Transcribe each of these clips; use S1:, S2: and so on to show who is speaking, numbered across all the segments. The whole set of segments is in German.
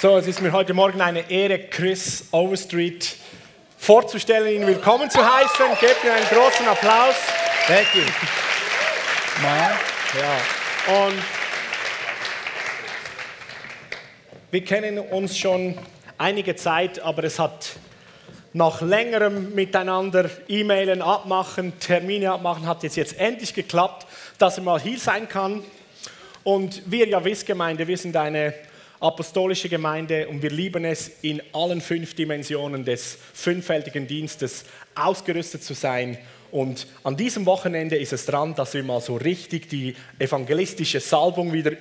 S1: So, es ist mir heute Morgen eine Ehre, Chris Overstreet vorzustellen, ihn willkommen zu heißen. Gebt ihm einen großen Applaus.
S2: Thank you. Man,
S1: Ja. Und wir kennen uns schon einige Zeit, aber es hat nach längerem Miteinander E-Mailen abmachen, Termine abmachen, hat jetzt, jetzt endlich geklappt, dass er mal hier sein kann. Und wir Javis-Gemeinde, wir sind eine apostolische Gemeinde und wir lieben es, in allen fünf Dimensionen des fünffältigen Dienstes ausgerüstet zu sein. Und an diesem Wochenende ist es dran, dass wir mal so richtig die evangelistische Salbung wieder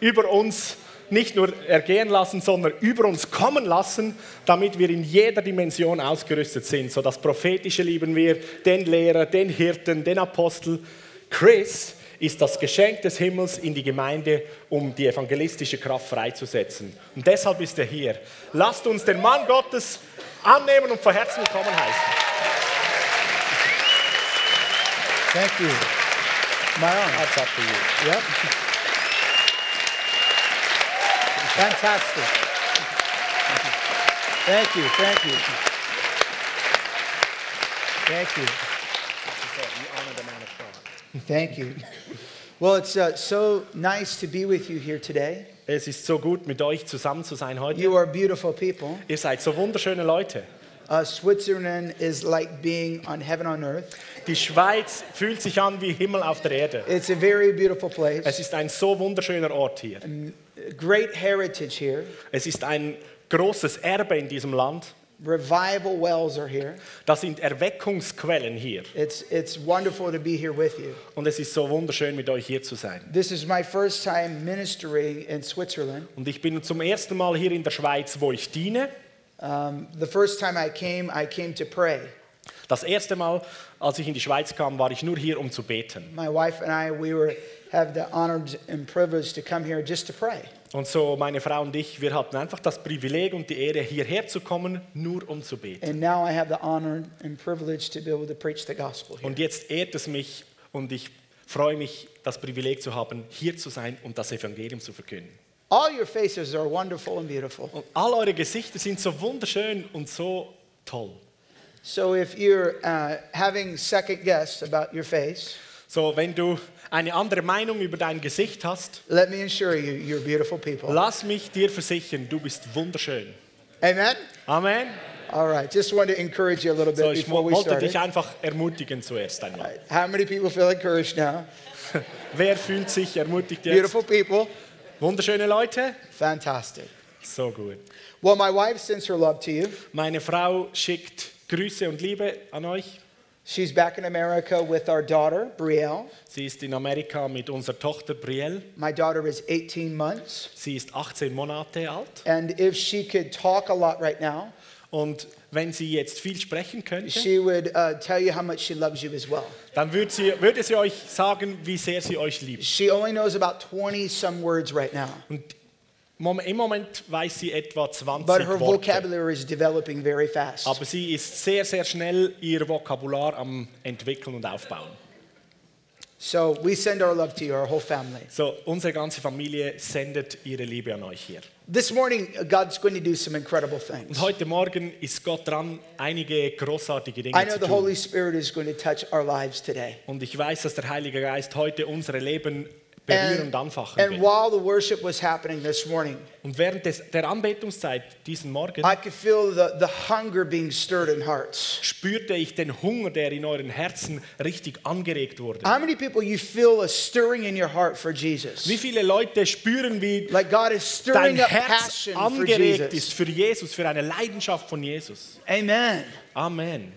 S1: über uns nicht nur ergehen lassen, sondern über uns kommen lassen, damit wir in jeder Dimension ausgerüstet sind. So das Prophetische lieben wir, den Lehrer, den Hirten, den Apostel. Chris ist das Geschenk des Himmels in die Gemeinde, um die evangelistische Kraft freizusetzen. Und deshalb ist er hier. Lasst uns den Mann Gottes annehmen und von Herzen willkommen heißen.
S2: thank you. Man,
S1: That's up to you.
S2: yep. Fantastic. Thank you, thank you. Thank you. Thank you. Well, it's uh, so nice to be with you here today.
S1: Es ist so gut, mit euch zusammen zu sein heute.
S2: You are beautiful people.
S1: Ihr seid so wunderschöne Leute.
S2: Uh, Switzerland is like being on heaven on earth.
S1: Die Schweiz fühlt sich an wie Himmel auf der Erde.
S2: It's a very beautiful
S1: Es
S2: place.
S1: ist ein so wunderschöner Ort hier.
S2: Great heritage here.
S1: Es ist ein großes Erbe in diesem Land.
S2: Revival wells are here.
S1: Das sind Erweckungsquellen hier.
S2: It's, it's wonderful to be here with you.
S1: Und es ist so wunderschön, mit euch hier zu sein.
S2: This is my first time ministering in Switzerland.
S1: Und ich bin zum ersten Mal hier in der Schweiz, wo ich diene.
S2: Um, the first time I came, I came to pray.
S1: Das erste Mal, als ich in die Schweiz kam, war ich nur hier, um zu beten.
S2: My wife and I, we were have the honor and privilege to come here just to pray.
S1: Und so meine Frau und ich, wir hatten einfach das Privileg und die Ehre, hierher zu kommen, nur um zu beten.
S2: And now I have the honor and privilege to be able to preach the gospel here.
S1: Und jetzt ehrt es mich und ich freue mich, das Privileg zu haben, hier zu sein und das Evangelium zu verkünden.
S2: All your faces are wonderful and beautiful.
S1: Und all eure Gesichter sind so wunderschön und so toll.
S2: So if you're uh, having second guess about your face,
S1: So, wenn du eine andere Meinung über dein Gesicht hast,
S2: let me assure you, you're beautiful people.
S1: lass mich dir versichern, du bist wunderschön.
S2: Amen.
S1: Amen.
S2: All right. Just wanted to encourage you a little bit
S1: So, ich
S2: before
S1: wo-
S2: we
S1: wollte dich
S2: started.
S1: einfach ermutigen zuerst einmal.
S2: How many people feel encouraged now?
S1: Wer fühlt sich ermutigt jetzt?
S2: Beautiful people.
S1: Wunderschöne Leute?
S2: Fantastic.
S1: So gut.
S2: Well, my wife sends her love to you.
S1: Meine Frau schickt Grüße und Liebe an euch.
S2: She's back in America with our daughter, Brielle.
S1: Sie ist in Amerika mit unserer Tochter Brielle.
S2: My daughter is 18 months.
S1: Sie ist 18 Monate alt
S2: And if she could talk a lot right now,
S1: und wenn sie jetzt viel sprechen könnte,
S2: she would uh, tell you how much she loves you as well.
S1: dann würde sie, würde sie euch sagen, wie sehr sie euch liebt.
S2: She only knows about 20 some words right now,
S1: Und mom- im Moment weiß sie etwa 20
S2: but her
S1: Worte.
S2: vocabulary is developing very fast.
S1: Aber sie ist sehr, sehr schnell ihr Vokabular am entwickeln und aufbauen.
S2: So we send our love to you, our whole family.
S1: So, unsere ganze Familie sendet ihre Liebe an euch hier.
S2: This morning, God's going to do some incredible things.
S1: Und heute Morgen ist Gott dran, einige großartige
S2: I
S1: Dinge
S2: know
S1: zu
S2: the Holy
S1: tun.
S2: Spirit is going to touch our lives today.
S1: Und ich weiß, dass der Heilige Geist heute unsere Leben berühren und anfachen
S2: and
S1: will.
S2: while the worship was happening this morning,
S1: Und während des, der Anbetungszeit diesen Morgen
S2: I could feel the, the hunger being stirred in hearts.
S1: spürte ich den Hunger, der in euren Herzen richtig angeregt wurde.
S2: How many people you feel a stirring in your heart for
S1: Wie
S2: Jesus?
S1: viele Leute spüren, wie
S2: Like God is
S1: dein
S2: stirring up
S1: Herz
S2: passion for
S1: angeregt ist
S2: Jesus.
S1: für Jesus, für eine Leidenschaft von Jesus?
S2: Amen.
S1: Amen.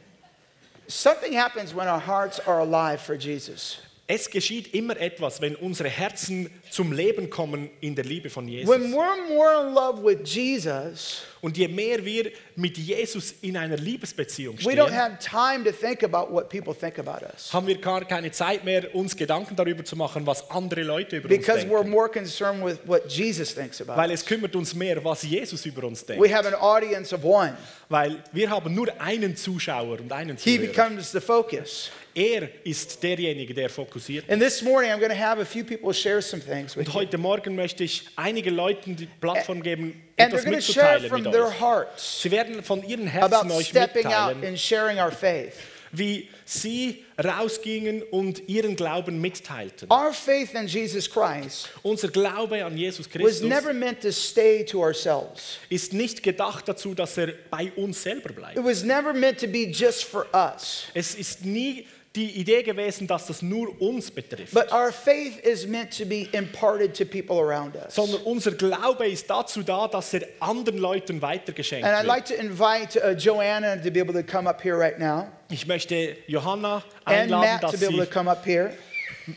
S2: Something happens when our hearts are alive for Jesus.
S1: Es geschieht immer etwas, wenn unsere Herzen zum Leben kommen in der Liebe von
S2: When
S1: Jesus.
S2: we're more in love with Jesus,
S1: Und je mehr wir mit Jesus in einer Liebesbeziehung
S2: we don't
S1: stehen,
S2: have time to think about what people think about us
S1: haben wir gar keine Zeit mehr, uns Gedanken darüber zu machen, was andere Leute über uns
S2: because we're
S1: denken.
S2: more concerned with what Jesus thinks about
S1: Weil
S2: us.
S1: es kümmert uns mehr, was Jesus über uns denkt.
S2: We have an audience of one.
S1: Weil wir haben nur einen Zuschauer und einen
S2: He
S1: Zuhörer.
S2: becomes the focus.
S1: Er ist derjenige, der fokussiert.
S2: And this morning, I'm going to have a few people share some things with
S1: Und
S2: you.
S1: heute Morgen möchte ich einigen Leuten die Plattform geben,
S2: And they're
S1: etwas
S2: going to share
S1: mitzuteilen
S2: from
S1: mit
S2: their
S1: euch.
S2: hearts
S1: Sie werden von ihren
S2: about
S1: Herzen euch
S2: stepping out
S1: mitteilen,
S2: and sharing our faith.
S1: wie sie rausgingen und ihren Glauben mitteilten.
S2: Our faith in Jesus Christ
S1: Unser Glaube an Jesus
S2: was
S1: Christus
S2: never meant to stay to ourselves.
S1: ist nicht gedacht dazu, dass er bei uns selber bleibt.
S2: It was never meant to be just for us.
S1: Es ist nie die Idee gewesen, dass das nur uns betrifft,
S2: But our faith is meant to be imparted to people around us.
S1: sondern unser Glaube ist dazu da, dass er anderen Leuten weitergeschenkt
S2: And I'd
S1: wird.
S2: like to invite uh, Joanna to be able to come up here right now,
S1: ich möchte Johanna
S2: and
S1: einladen,
S2: Matt to
S1: dass
S2: be able to
S1: sie
S2: come up here.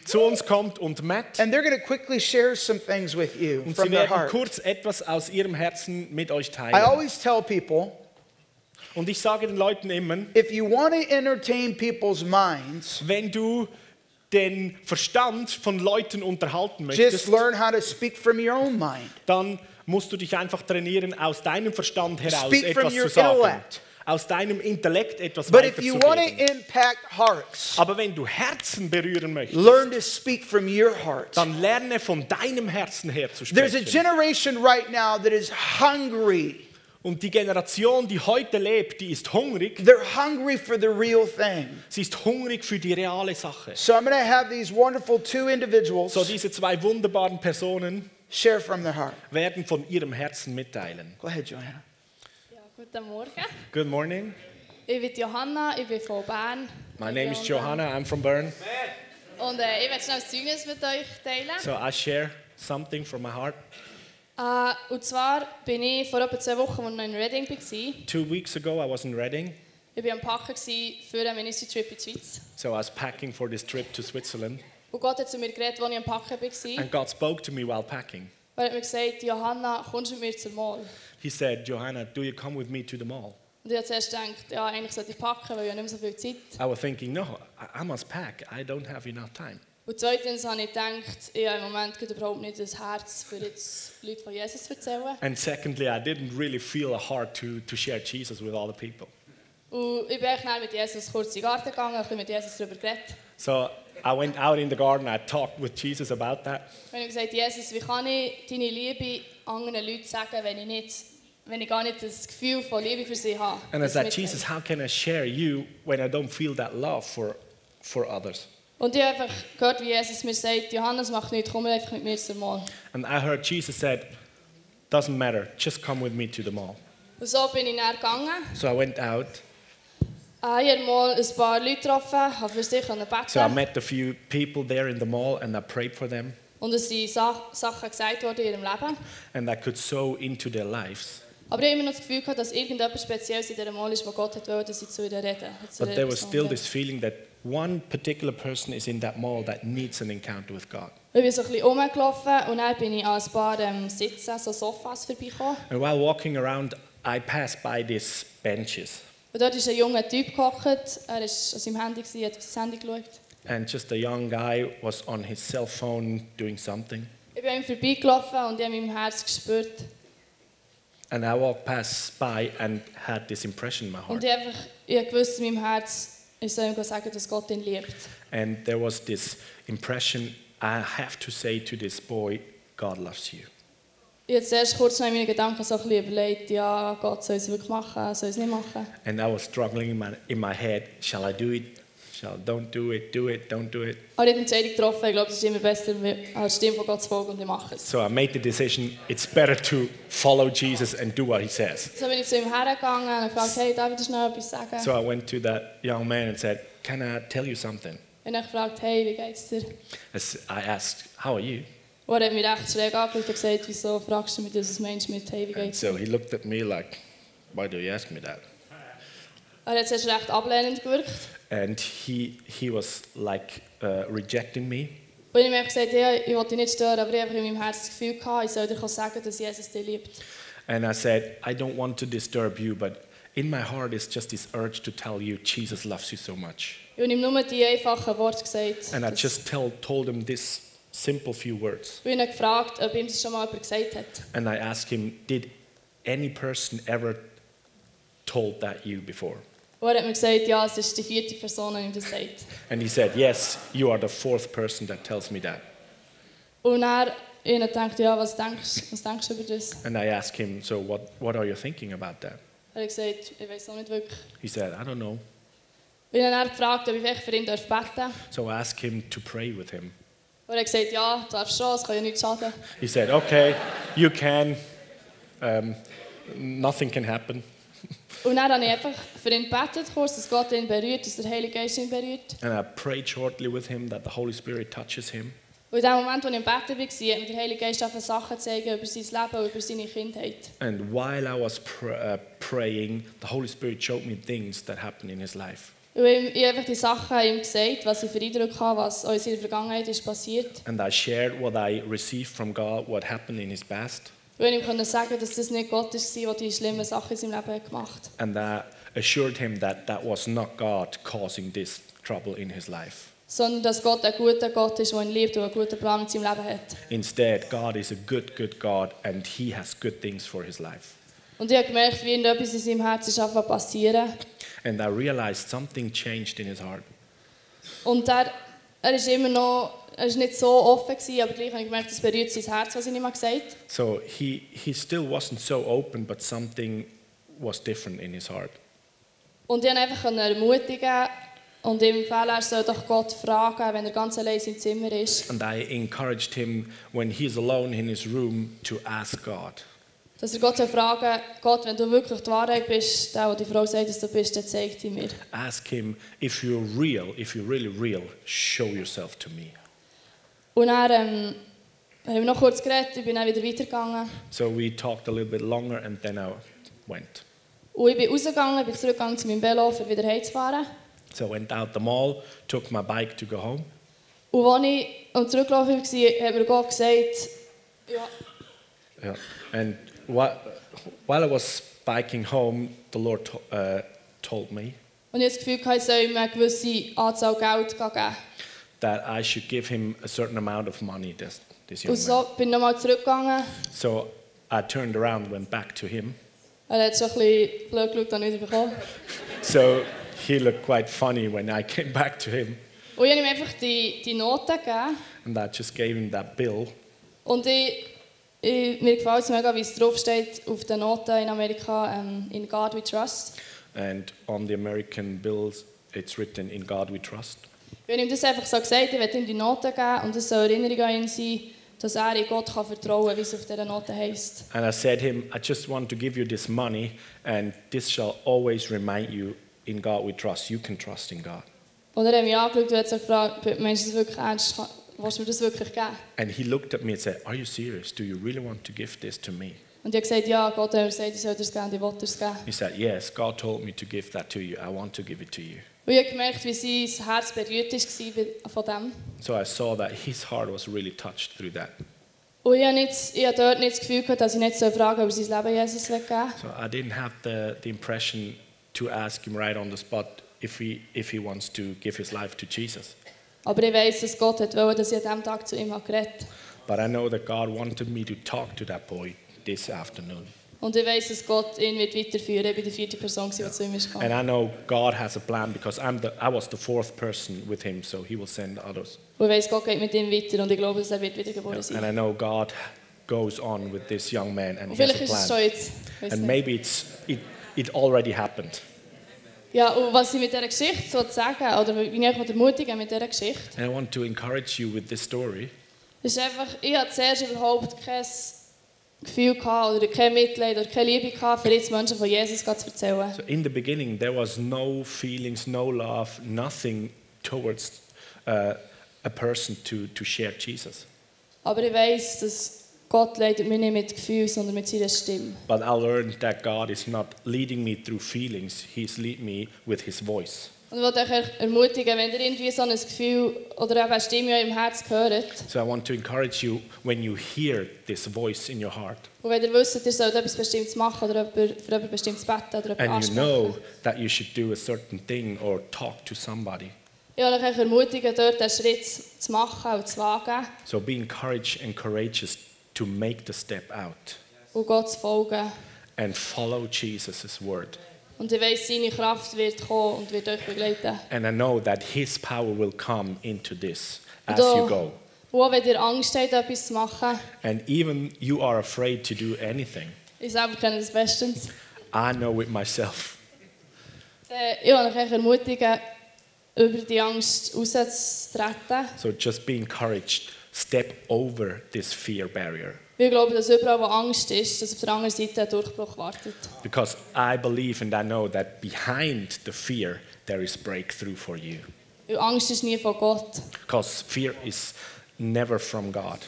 S1: zu uns kommt und Matt.
S2: And they're going to quickly share some things with you
S1: Und
S2: from
S1: sie
S2: their
S1: werden
S2: heart.
S1: kurz etwas aus ihrem Herzen mit euch
S2: I
S1: teilen.
S2: always tell people
S1: Und ich sage den Leuten immer,
S2: if you want to entertain people's minds,
S1: wenn du den Verstand von Leuten unterhalten
S2: just
S1: möchtest,
S2: learn how to speak from your own mind.
S1: dann musst du dich einfach trainieren, aus deinem Verstand heraus
S2: Speak from
S1: etwas
S2: your
S1: zu sagen.
S2: intellect.
S1: Aus deinem Intellekt etwas
S2: But if you want
S1: weiterzugeben.
S2: to impact hearts,
S1: Aber wenn du Herzen berühren möchtest,
S2: learn to speak from your heart.
S1: dann lerne von deinem Herzen her zu
S2: There's a
S1: sprechen.
S2: generation right now that is hungry.
S1: Und die Generation, die heute lebt, die ist hungrig.
S2: They're hungry for the real thing.
S1: Sie ist hungrig für die reale Sache.
S2: So I'm going to have these wonderful two individuals
S1: So diese zwei wunderbaren Personen
S2: share from their heart.
S1: werden von ihrem Herzen mitteilen.
S2: Go ahead, Joanna.
S3: Ja, guten Morgen.
S1: Good morning.
S3: Ich bin Johanna, ich bin von Bern.
S1: My name is Johanna. I'm from Bern.
S3: Und äh, ich werde schnell das Zeugnis mit euch teilen.
S1: So I share something from my heart.
S3: Äh, und zwar bin ich vor etwa zwei Wochen, als ich noch in Reading war. Ich
S1: Two weeks ago, I was in Reading.
S3: war am Packen gewesen für einen Ministry-Trip in die Schweiz.
S1: So I was packing for this trip to Switzerland.
S3: Und Gott hat zu mir geredet, als ich am Packen war.
S1: And God spoke to me while packing.
S3: Er hat mir gesagt, Johanna, kommst du mit mir zur Mall?
S1: He said, Johanna, do you come with me to the mall?
S3: Und ich habe zuerst gedacht, ja, eigentlich sollte ich packen, weil ich habe nicht mehr so viel Zeit.
S1: I was thinking, no, I- I must pack. I don't have enough time.
S3: Und zweitens habe ich gedacht, ich habe im Moment gerade überhaupt nicht das Herz, für jetzt Leute von Jesus zu erzählen.
S1: And secondly, I didn't really feel a heart to, to share Jesus with other people.
S3: Und ich bin eigentlich dann mit Jesus kurz in den Garten gegangen, ein bisschen mit Jesus darüber geredet.
S1: So I went out in the garden. I talked with Jesus about that.
S3: Und ich habe gesagt, Jesus, wie kann ich deine Liebe anderen Leuten sagen, wenn ich, nicht, wenn ich gar nicht das Gefühl von Liebe für sie habe?
S1: And I
S3: das
S1: said,
S3: mitteile?
S1: Jesus, how can I share you when I don't feel that love for, for others?
S3: Und ich habe einfach gehört, wie Jesus mir sagt, Johannes, mach nichts, komm einfach mit mir zum Mal.
S1: And I heard Jesus said, doesn't matter. Just come with me to the mall.
S3: Und so bin ich dann gegangen.
S1: So I went out.
S3: Äh, Ich habe mal ein paar Leute getroffen, habe für sie können beten
S1: So I met a few people there in the mall and I prayed for them.
S3: Und es sind Sa Sachen gesagt worden in ihrem Leben.
S1: And I could sow into their lives.
S3: Aber ich habe immer noch das Gefühl gehabt, dass irgendetwas Spezielles in diesem Mal ist, wo Gott hat wollte, dass ich zu ihnen rede. zu
S1: But
S3: ihrer
S1: there was
S3: Person
S1: still
S3: rede.
S1: this feeling that one particular person is in that mall that needs an encounter with God.
S3: Ich bin so ein bisschen rumgelaufen und dann bin ich an ein paar ähm, Sitzen, so Sofas vorbeigekommen.
S1: And while walking around, I passed by these benches.
S3: Und dort ist ein junger Typ gehockt. Er war an seinem Handy, gewesen, hat auf sein Handy geschaut.
S1: And just a young guy was on his cell phone doing something.
S3: Ich bin an ihm vorbeigelaufen und ich habe in meinem Herz gespürt.
S1: And I walked past by and had this impression in my heart.
S3: Und ich, einfach, ich habe gewusst in meinem Herz, ich soll ihm sagen, dass Gott ihn liebt.
S1: And there was this impression I have to say to this boy, God loves you.
S3: Ich habe zuerst kurz nach meinen Gedanken so ein bisschen überlegt, ja, Gott soll es wirklich machen, soll es nicht machen.
S1: And I was struggling in my, in my head shall I do it? Shall don't do it? Do it? Don't do it?
S3: Aber ich habe die Entscheidung getroffen, ich glaube, es ist immer besser, als die Stimme von Gott zu folgen und ich mache es.
S1: So I made the decision it's better to follow Jesus and do what he says.
S3: So bin ich zu ihm hergegangen und habe gefragt, hey, darf ich dir schnell etwas sagen?
S1: So I went to that young man and said, Can I tell you something?
S3: Und ich gefragt, hey, wie geht's dir?
S1: As I asked, How are you?
S3: Und er hat mich recht schräg angeschaut und gesagt, wieso fragst du mich das als Mensch mit, hey, wie
S1: And
S3: geht's dir?
S1: so he looked at me like, Why do you ask me that?
S3: Er hat zuerst recht ablehnend gewirkt.
S1: And he, he was like uh, rejecting me.
S3: Und ich habe ihm gesagt, ja, ich wollte dich nicht stören, aber ich habe einfach in meinem Herzen das Gefühl gehabt, ich soll dir sagen, dass Jesus dich liebt.
S1: And I said, I don't want to disturb you, but in my heart is just this urge to tell you Jesus loves you so much.
S3: Ich habe ihm nur die einfachen Worte gesagt.
S1: And I
S3: dass-
S1: just tell, told him this simple few words.
S3: ich habe ihn gefragt, ob ihm das schon mal jemand gesagt hat.
S1: And I asked him, Did any person ever told that you before?
S3: Und Und er hat mir gesagt, ja, es ist die vierte Person, die ihm das sagt.
S1: And he said, Yes, you are the fourth person that tells me that.
S3: Und er ich habe gedacht, ja, was denkst, was denkst du über das?
S1: And I asked him, So what, what are you thinking about that?
S3: Er hat gesagt, ich weiß auch nicht wirklich.
S1: He said, I don't know.
S3: Und ich habe dann gefragt, ob ich vielleicht für ihn beten darf.
S1: So I asked him to pray with him.
S3: Und er hat gesagt, ja, du darfst schon, es kann ja nichts schaden.
S1: He said, Okay, you can. Um, nothing can happen.
S3: Und dann habe ich einfach für ihn gebetet, kurz, dass Gott ihn berührt, dass der Heilige Geist ihn berührt.
S1: And I prayed shortly with him that the Holy Spirit touches him.
S3: Und in dem Moment, als ich im Bett war, hat mir der Heilige Geist einfach Sachen zeigen über sein Leben und über seine Kindheit.
S1: And while I was pr- uh, praying, the Holy Spirit showed me things that happened in his life.
S3: Und ich ich habe einfach die Sachen ihm gesagt, was ich für Eindruck habe, was auch in seiner Vergangenheit ist passiert.
S1: And I shared what I received from God, what happened in his past.
S3: Und ich konnte ihm sagen, dass das nicht Gott war, der die schlimmen Sachen in seinem Leben hat gemacht hat.
S1: And I assured him that that was not God causing this trouble in his life.
S3: Sondern dass Gott ein guter Gott ist, der ihn liebt und einen guten Plan mit seinem Leben hat.
S1: Instead, God is a good, good God and he has good things for his life.
S3: Und ich habe gemerkt, wie irgendetwas in seinem Herzen ist angefangen zu passieren.
S1: And I realized something changed in his heart.
S3: Und er, er ist immer noch, er ist nicht so offen gewesen, aber gleich habe ich gemerkt, es berührt sein Herz, was ich ihm gesagt habe.
S1: So he, he still wasn't so open, but something was different in his heart.
S3: Und ich konnte ihn einfach ermutigen und ihm empfehlen, er soll doch Gott fragen, wenn er ganz allein in seinem Zimmer ist,
S1: And I encouraged him when he's alone in his room to ask God.
S3: dass er Gott soll fragen Gott, wenn du wirklich die Wahrheit bist, der, der die Frau sagt, dass du bist, dann zeig dich mir.
S1: Ask him, if you're real, if you're really real, show yourself to me.
S3: Und dann ähm, haben wir noch kurz geredet, ich bin dann wieder weitergegangen.
S1: So we talked a little bit longer and then I went.
S3: Und ich bin rausgegangen, bin zurückgegangen zu meinem Velo, um wieder heimzufahren.
S1: So I went out the mall, took my bike to go home,
S3: Und als ich am Zurücklaufen war, hat mir Gott gesagt, ja,
S1: yeah. and whi- while I was biking home, the Lord to- uh, told me
S3: Und ich hatte das Gefühl, gehabt, ich soll ihm eine gewisse Anzahl Geld geben.
S1: that I should give him a certain amount of money. This this young
S3: Und so
S1: man.
S3: bin ich nochmal zurückgegangen.
S1: So I turned around, went back to him.
S3: Er hat schon ein bisschen blöd geschaut, dann nicht bekommen.
S1: So he looked quite funny when I came back to him,
S3: Und ich habe ihm einfach die, die Noten gegeben.
S1: and I just gave him that bill.
S3: Und ich, ich, mir gefällt es mega, wie es draufsteht auf den Noten in Amerika, ähm, «In God we trust».
S1: And on the American bills, it's written, "In God we trust."
S3: Ich habe ihm das einfach so gesagt, ich werde ihm die Noten geben und es soll eine Erinnerung an ihn sein, dass er in Gott kann vertrauen kann, wie es auf dieser Note heisst.
S1: And I said to him, "I just want to give you this money, and this shall always remind you, in God we trust. You can trust in God."
S3: Und er hat mich angeschaut und hat so gefragt, «Meinst du das wirklich ernst? Kann- Willst du mir das wirklich geben?»
S1: And he looked at me and said, "Are you serious? Do you really want to give this to me?"
S3: Und ich habe gesagt, ja, Gott hat mir gesagt, ich soll dir das geben, und ich will dir das geben.
S1: He said, "Yes, God told me to give that to you. I want to give it to you."
S3: Und ich habe gemerkt, wie sein Herz berührt war von dem.
S1: So I saw that his heart was really touched through that.
S3: Und ich habe, nicht, ich habe dort nicht das Gefühl gehabt, dass ich nicht fragen soll, ob er sein Leben Jesus geben will.
S1: So I didn't have the, the impression to ask him right on the spot if he, if he wants to give his life to Jesus.
S3: Aber ich weiß, dass Gott hat wollte, dass ich an diesem Tag zu ihm habe geredet habe.
S1: But I know that God wanted me to talk to that boy this afternoon.
S3: Und ich weiß, dass Gott ihn wird weiterführen wird. Ich war die vierte Person, die zu ihm ist
S1: And
S3: gekommen.
S1: I know God has a plan because I'm the, I was the fourth person with him, so he will send others.
S3: Und ich weiß, Gott geht mit ihm weiter und ich glaube, dass er wird wiedergeboren
S1: And
S3: sein.
S1: I know God goes on with this young man and
S3: Und
S1: he
S3: vielleicht ist es
S1: has a
S3: schon
S1: plan.
S3: jetzt. Ich weiss
S1: And
S3: nicht.
S1: maybe it's, it, it already happened.
S3: Ja, und was ich mit dieser Geschichte so sagen oder wie ich mich ermutigen mit dieser Geschichte,
S1: And I want to encourage you with this story
S3: Es ist einfach, ich hatte zuerst überhaupt kein Gefühl gehabt, oder kein Mitleid oder keine Liebe gehabt, für jetzt Menschen von Jesus zu erzählen.
S1: So in the beginning, there was no feelings, no love, nothing towards uh, a person to, to share Jesus.
S3: Aber ich weiß, dass Gott leitet mich nicht mit Gefühl, sondern mit seiner Stimme.
S1: But I learned that God is not leading me through feelings, He's leading me with His voice.
S3: Und ich wollte euch echt ermutigen, wenn ihr irgendwie so ein Gefühl oder eben eine Stimme in eurem Herz hört,
S1: So I want to encourage you when you hear this voice in your heart
S3: und wenn ihr wisst, ihr sollt etwas Bestimmtes machen oder jemand- für etwas Bestimmtes beten oder
S1: and
S3: etwas
S1: you know that you should do a certain thing or talk to somebody.
S3: Ich wollte euch echt ermutigen, dort einen Schritt zu machen und zu wagen
S1: So be encouraged and courageous to make the step out
S3: und Gott zu folgen
S1: and follow Jesus' word.
S3: Und ich weiss, seine Kraft wird kommen und wird euch begleiten.
S1: And I know that His power will come into this as
S3: Und
S1: you
S3: auch,
S1: go.
S3: und auch wenn ihr Angst habt, etwas zu machen,
S1: And even you are afraid to do anything.
S3: ich selber kenne das bestens,
S1: I know it myself.
S3: dann ich will euch echt ermutigen, über die Angst rauszutreten.
S1: So just be encouraged. Step over this fear barrier.
S3: Wir glauben, dass überall, wo Angst ist, dass auf der anderen Seite ein Durchbruch wartet.
S1: Because I believe and I know that behind the fear, there is breakthrough for you.
S3: Weil Angst ist nie von Gott.
S1: Because fear is never from God.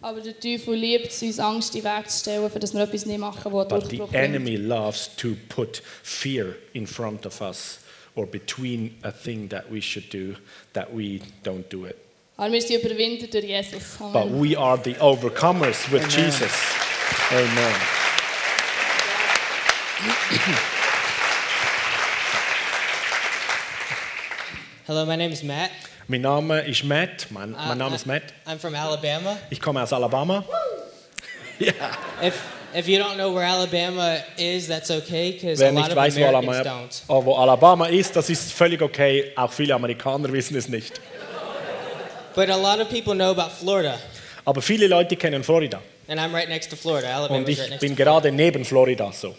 S3: Aber der Teufel liebt es, uns Angst in den Weg zu stellen, für dass wir etwas nicht machen, wo ein
S1: But the
S3: Durchbruch bringt.
S1: enemy loves to put fear in front of us or between a thing that we should do that we don't do it.
S3: Aber wir sind überwintert durch Jesus.
S1: But
S3: Amen.
S1: we are the overcomers with
S2: Amen.
S1: Jesus. Amen.
S4: Hello, my name is Matt.
S1: Mein Name ist Matt. Mein,
S4: Ah,
S1: mein Name ist Matt.
S4: I'm from Alabama.
S1: Ich komme aus Alabama.
S4: If if you don't know where Alabama is, that's okay, because a
S1: Wer
S4: lot
S1: nicht
S4: of
S1: weiß, wo
S4: Americans
S1: Alabama,
S4: don't.
S1: oh, wo Alabama ist, das ist völlig okay. Auch viele Amerikaner wissen es nicht.
S4: But a lot of people know about Florida,
S1: Aber viele Leute kennen Florida.
S4: and I'm right next to Florida.
S1: Und
S4: Alabama's right
S1: ich
S4: next. to
S1: bin gerade neben Florida so.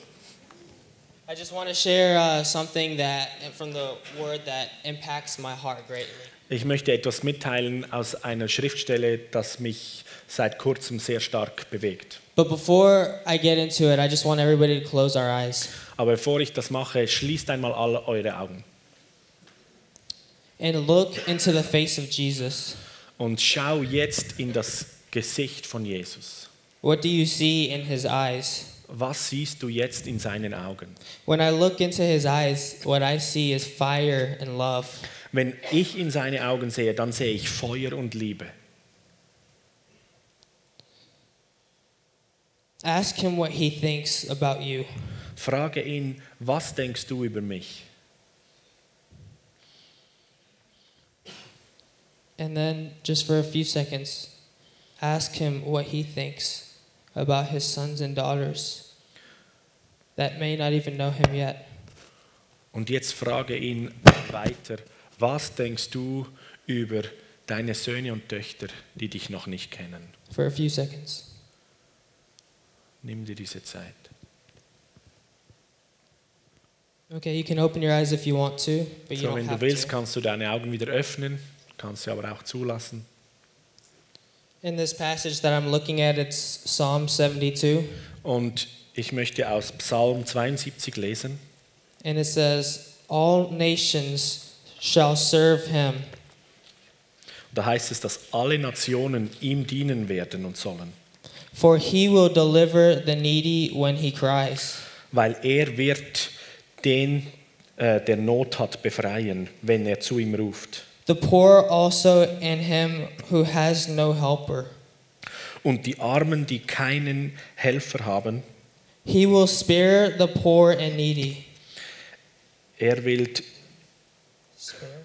S4: I just want to share uh, something that from the word that impacts my heart greatly.
S1: Ich möchte etwas mitteilen aus einer Schriftstelle, das mich seit kurzem sehr stark bewegt.
S4: But before I get into it, I just want everybody to close our eyes.
S1: Aber bevor ich das mache, schließt einmal alle eure Augen
S4: and look into the face of Jesus.
S1: und schau jetzt in das Gesicht von Jesus.
S4: What do you see in his eyes?
S1: Was siehst du jetzt in seinen Augen?
S4: When I look into his eyes, what I see is fire and love.
S1: Wenn ich in seine Augen sehe, dann sehe ich Feuer und Liebe.
S4: Ask him what he thinks about you.
S1: Frage ihn, was denkst du über mich?
S4: And then, just for a few seconds, ask him what he thinks about his sons and daughters that may not even know him yet.
S1: Und jetzt frage ihn weiter, was denkst du über deine Söhne und Töchter, die dich noch nicht kennen?
S4: For a few seconds.
S1: Nimm dir diese Zeit.
S4: Okay, you can open your eyes if you want to, but you
S1: So,
S4: don't
S1: wenn du
S4: have
S1: willst,
S4: to.
S1: kannst du deine Augen wieder öffnen, kannst sie aber auch zulassen.
S4: In this passage that I'm looking at, it's Psalm 72.
S1: Und ich möchte aus Psalm 72 lesen.
S4: And it says, All nations shall serve him.
S1: Da heißt es, dass alle Nationen ihm dienen werden und sollen,
S4: For he will deliver the needy when he cries.
S1: weil er wird den, äh, der Not hat, befreien, wenn er zu ihm ruft.
S4: The poor also and him who has no helper.
S1: Und die Armen, die keinen Helfer haben,
S4: He will spare the poor and needy.
S1: er will.
S4: Spare?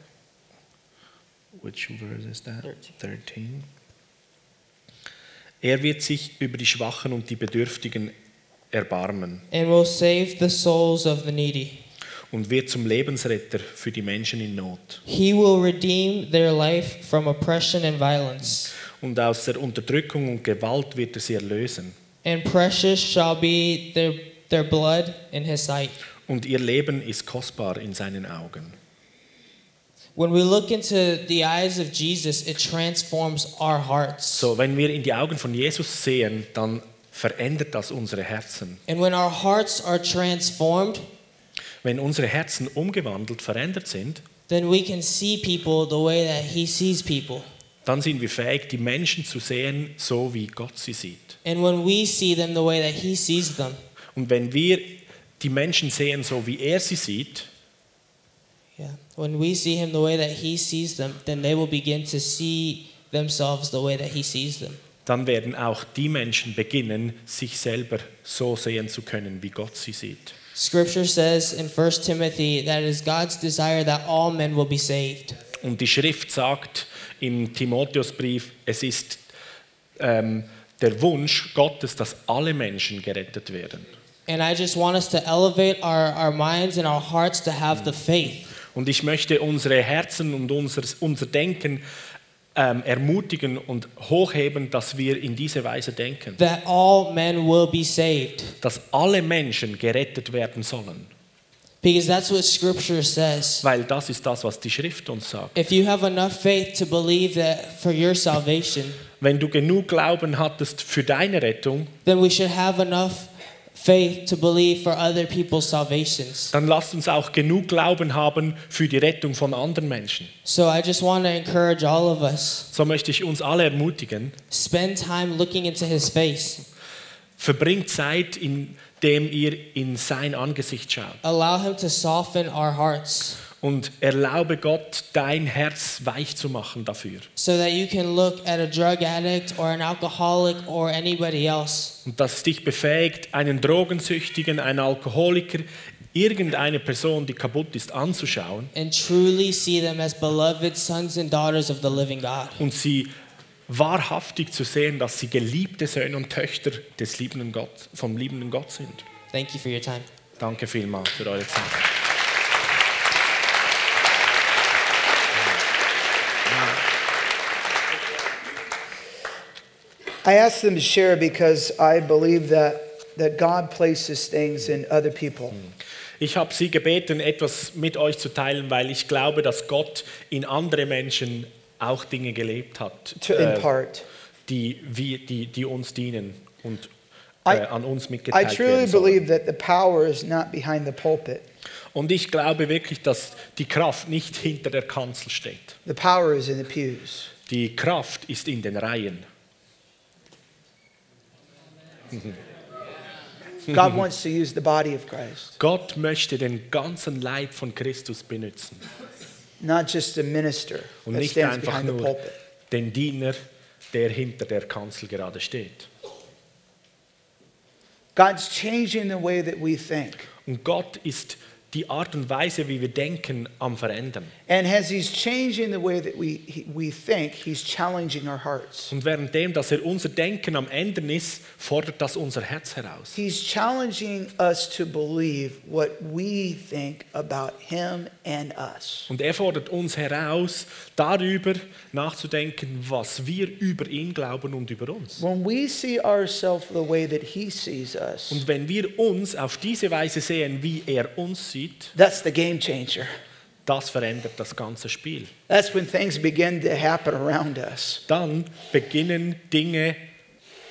S1: Which verse is that?
S4: Thirteen.
S1: 13. Er wird sich über die Schwachen und die Bedürftigen erbarmen.
S4: And will save the souls of the needy.
S1: und wird zum Lebensretter für die Menschen in Not.
S4: He will redeem their life from oppression and violence.
S1: Und aus der Unterdrückung und Gewalt wird er sie erlösen.
S4: And precious shall be their, their blood in his sight.
S1: Und ihr Leben ist kostbar in seinen Augen.
S4: When we look into the eyes of Jesus, it transforms our hearts.
S1: So, wenn wir in die Augen von Jesus sehen, dann verändert das unsere Herzen.
S4: and when our hearts are transformed,
S1: Wenn unsere Herzen umgewandelt, verändert sind,
S4: then we can see people the way that He sees people.
S1: dann sind wir fähig, die Menschen zu sehen, so wie Gott sie sieht.
S4: And when we see them the way that He sees them,
S1: Und wenn wir die Menschen sehen, so wie er sie sieht,
S4: yeah, when we see Him the way that He sees them, then they will begin to see themselves the way that He sees them.
S1: dann werden auch die Menschen beginnen, sich selber so sehen zu können, wie Gott sie sieht.
S4: Scripture says in 1 Timothy that it is God's desire that all men will be saved.
S1: Und die Schrift sagt im Timotheusbrief, es ist ähm, der Wunsch Gottes, dass alle Menschen gerettet werden.
S4: And I just want us to elevate our, our minds and our hearts to have the faith.
S1: Und ich möchte unsere Herzen und unser, unser Denken ähm, ermutigen und hochheben, dass wir in diese Weise denken.
S4: That all men will be saved.
S1: Dass alle Menschen gerettet werden sollen.
S4: Because that's what Scripture says.
S1: Weil das ist das, was die Schrift uns sagt.
S4: If you have enough faith to believe that for your salvation,
S1: Wenn du genug Glauben hattest für deine Rettung,
S4: then we should have enough faith to believe for other people's salvations.
S1: dann lasst uns auch genug Glauben haben für die Rettung von anderen Menschen.
S4: So I just want to encourage all of us
S1: So möchte ich uns alle ermutigen,
S4: spend time looking into his face.
S1: verbringt Zeit, indem ihr in sein Angesicht schaut
S4: Allow him to soften our hearts
S1: und erlaube Gott, dein Herz weich zu machen dafür.
S4: so that you can look at a drug addict or an alcoholic or anybody else
S1: Und dass es dich befähigt, einen Drogensüchtigen, einen Alkoholiker, irgendeine Person, die kaputt ist, anzuschauen
S4: and truly see them as beloved sons and daughters of the living God.
S1: und sie wahrhaftig zu sehen, dass sie geliebte Söhne und Töchter des liebenden Gott, vom liebenden Gott sind.
S4: Thank you for your time.
S1: Danke vielmals für eure Zeit.
S2: I asked them to share because I believe that, that God places things in other people.
S1: Hmm. Ich habe Sie gebeten, etwas mit euch zu teilen, weil ich glaube, dass Gott in andere Menschen auch Dinge gelebt hat,
S2: To
S1: äh,
S2: impart.
S1: die, wir- die, die uns dienen und äh,
S2: I-
S1: an uns
S2: I
S1: mitgeteilt
S2: truly
S1: werden sollen.
S2: believe that the power is not behind the pulpit.
S1: Und ich glaube wirklich, dass die Kraft nicht hinter der Kanzel steht.
S2: The power is in the pews.
S1: Die Kraft ist in den Reihen.
S2: God wants to use the body of Christ,
S1: Gott möchte den ganzen Leib von Christus benutzen
S2: not just a minister
S1: und
S2: that
S1: nicht
S2: stands
S1: einfach
S2: behind the
S1: nur
S2: pulpit.
S1: den Diener, der hinter der Kanzel gerade steht.
S2: God's changing the way that we think.
S1: Und Gott ist die Art und Weise, wie wir denken, am Verändern.
S2: And as He's changing the way that we, he, we think, He's challenging our hearts.
S1: Und währenddem, dass er unser Denken am Ändern ist, fordert das unser Herz heraus.
S2: He's challenging us to believe what we think about Him and us.
S1: Und er fordert uns heraus, darüber nachzudenken, was wir über ihn glauben und über uns.
S2: When we see ourselves the way that He sees us,
S1: Und wenn wir uns auf diese Weise sehen, wie er uns sieht,
S2: that's the game changer.
S1: das verändert das ganze Spiel.
S2: That's when things begin to happen around us.
S1: Dann beginnen Dinge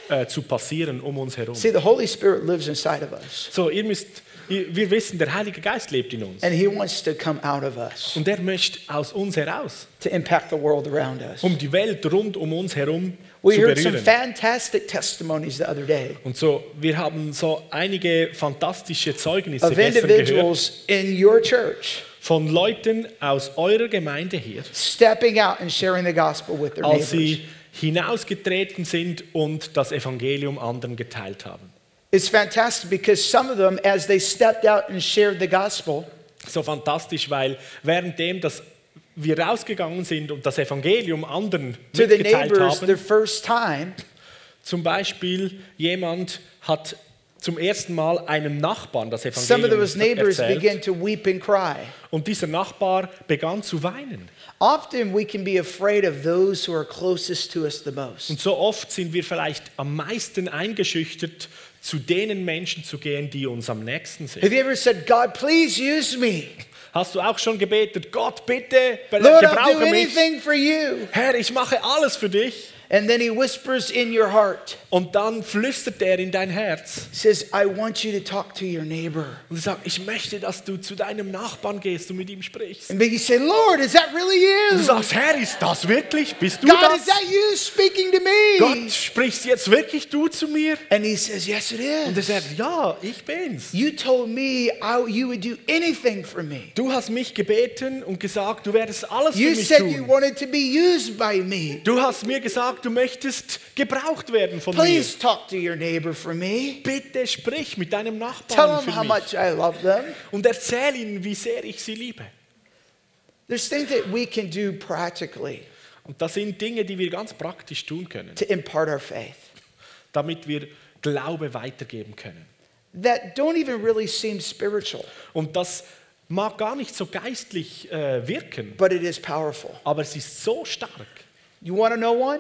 S1: äh, zu passieren um uns herum.
S2: See, the Holy Spirit lives inside of us,
S1: So, ihr müsst, ihr, wir wissen, der Heilige Geist lebt in uns.
S2: and He wants to come out of us
S1: Und er möchte aus uns heraus,
S2: to impact the world around us.
S1: um die Welt rund um uns herum
S2: We
S1: zu
S2: heard some
S1: berühren.
S2: fantastic testimonies the other day
S1: Und so, wir haben so einige fantastische Zeugnisse
S2: of
S1: gestern gehört
S2: individuals in your church
S1: von Leuten aus eurer Gemeinde hier,
S2: stepping out and sharing the gospel with their
S1: als
S2: neighbors.
S1: sie hinausgetreten sind und das Evangelium anderen geteilt haben.
S2: It's fantastic because some of them, as they stepped out and shared the gospel,
S1: So fantastisch, weil währenddem, dass wir rausgegangen sind und das Evangelium anderen
S2: to the
S1: mitgeteilt
S2: neighbors, their
S1: haben,
S2: first time,
S1: zum Beispiel jemand hat zum ersten Mal einem Nachbarn das
S2: some of
S1: Evangelium
S2: those neighbors began
S1: erzählt
S2: to weep and cry.
S1: und dieser Nachbar begann zu weinen.
S2: Often we can be afraid of those who are closest to us the most.
S1: Und so oft sind wir vielleicht am meisten eingeschüchtert, zu denen Menschen zu gehen, die uns am nächsten
S2: Have
S1: sind.
S2: you ever said, God, please use me?
S1: Hast du auch schon gebetet, Gott, bitte, be-
S2: Lord, I'll do
S1: gebrauche mich.
S2: anything for you.
S1: Herr, ich mache alles für dich.
S2: And then he whispers in your heart,
S1: Und dann flüstert er in dein Herz
S2: says, I want you to talk to your neighbor.
S1: und sagt, ich möchte, dass du zu deinem Nachbarn gehst und mit ihm sprichst.
S2: And then you say, Lord, is that really
S1: Und du
S2: you?
S1: sagst, Herr, ist das wirklich? Bist du
S2: God,
S1: das?
S2: is that you speaking to me?
S1: Gott, sprichst jetzt wirklich du zu mir?
S2: And he says, Yes, it
S1: Und er
S2: is.
S1: sagt, ja, ich bin's.
S2: You told me I, you would do anything for me.
S1: Du hast mich gebeten und gesagt, du werdest alles für
S2: You
S1: mich
S2: said you
S1: tun.
S2: wanted to be used by me.
S1: Du hast mir gesagt, du möchtest gebraucht werden von
S2: Please talk to your neighbor for me.
S1: mir. Bitte sprich mit deinem
S2: Tell
S1: Nachbarn
S2: them how
S1: für mich
S2: much I love them.
S1: und erzähl ihnen, wie sehr ich sie liebe.
S2: There's things that we can do practically
S1: Und das sind Dinge, die wir ganz praktisch tun können,
S2: to impart our faith.
S1: damit wir Glaube weitergeben können.
S2: that don't even really seem spiritual,
S1: Und das mag gar nicht so geistlich äh, wirken,
S2: but it is powerful.
S1: aber es ist so stark.
S2: You want to know one?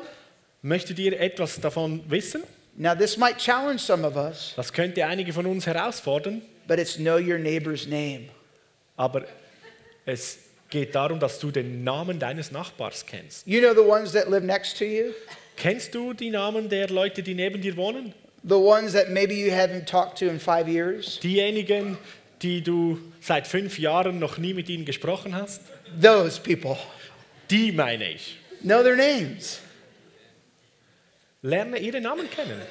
S1: Möchtet ihr etwas davon wissen?
S2: Now, this might challenge some of us,
S1: Das könnte einige von uns herausfordern,
S2: but it's know your neighbor's name.
S1: aber es geht darum, dass du den Namen deines Nachbars kennst.
S2: You know the ones that live next to you?
S1: Kennst du die Namen der Leute, die neben dir wohnen?
S2: The ones that maybe you haven't talked to in five years?
S1: Diejenigen, die du seit fünf Jahren noch nie mit ihnen gesprochen hast?
S2: Those people.
S1: Die meine ich.
S2: Know their names.
S1: Lerne ihre Namen kennen.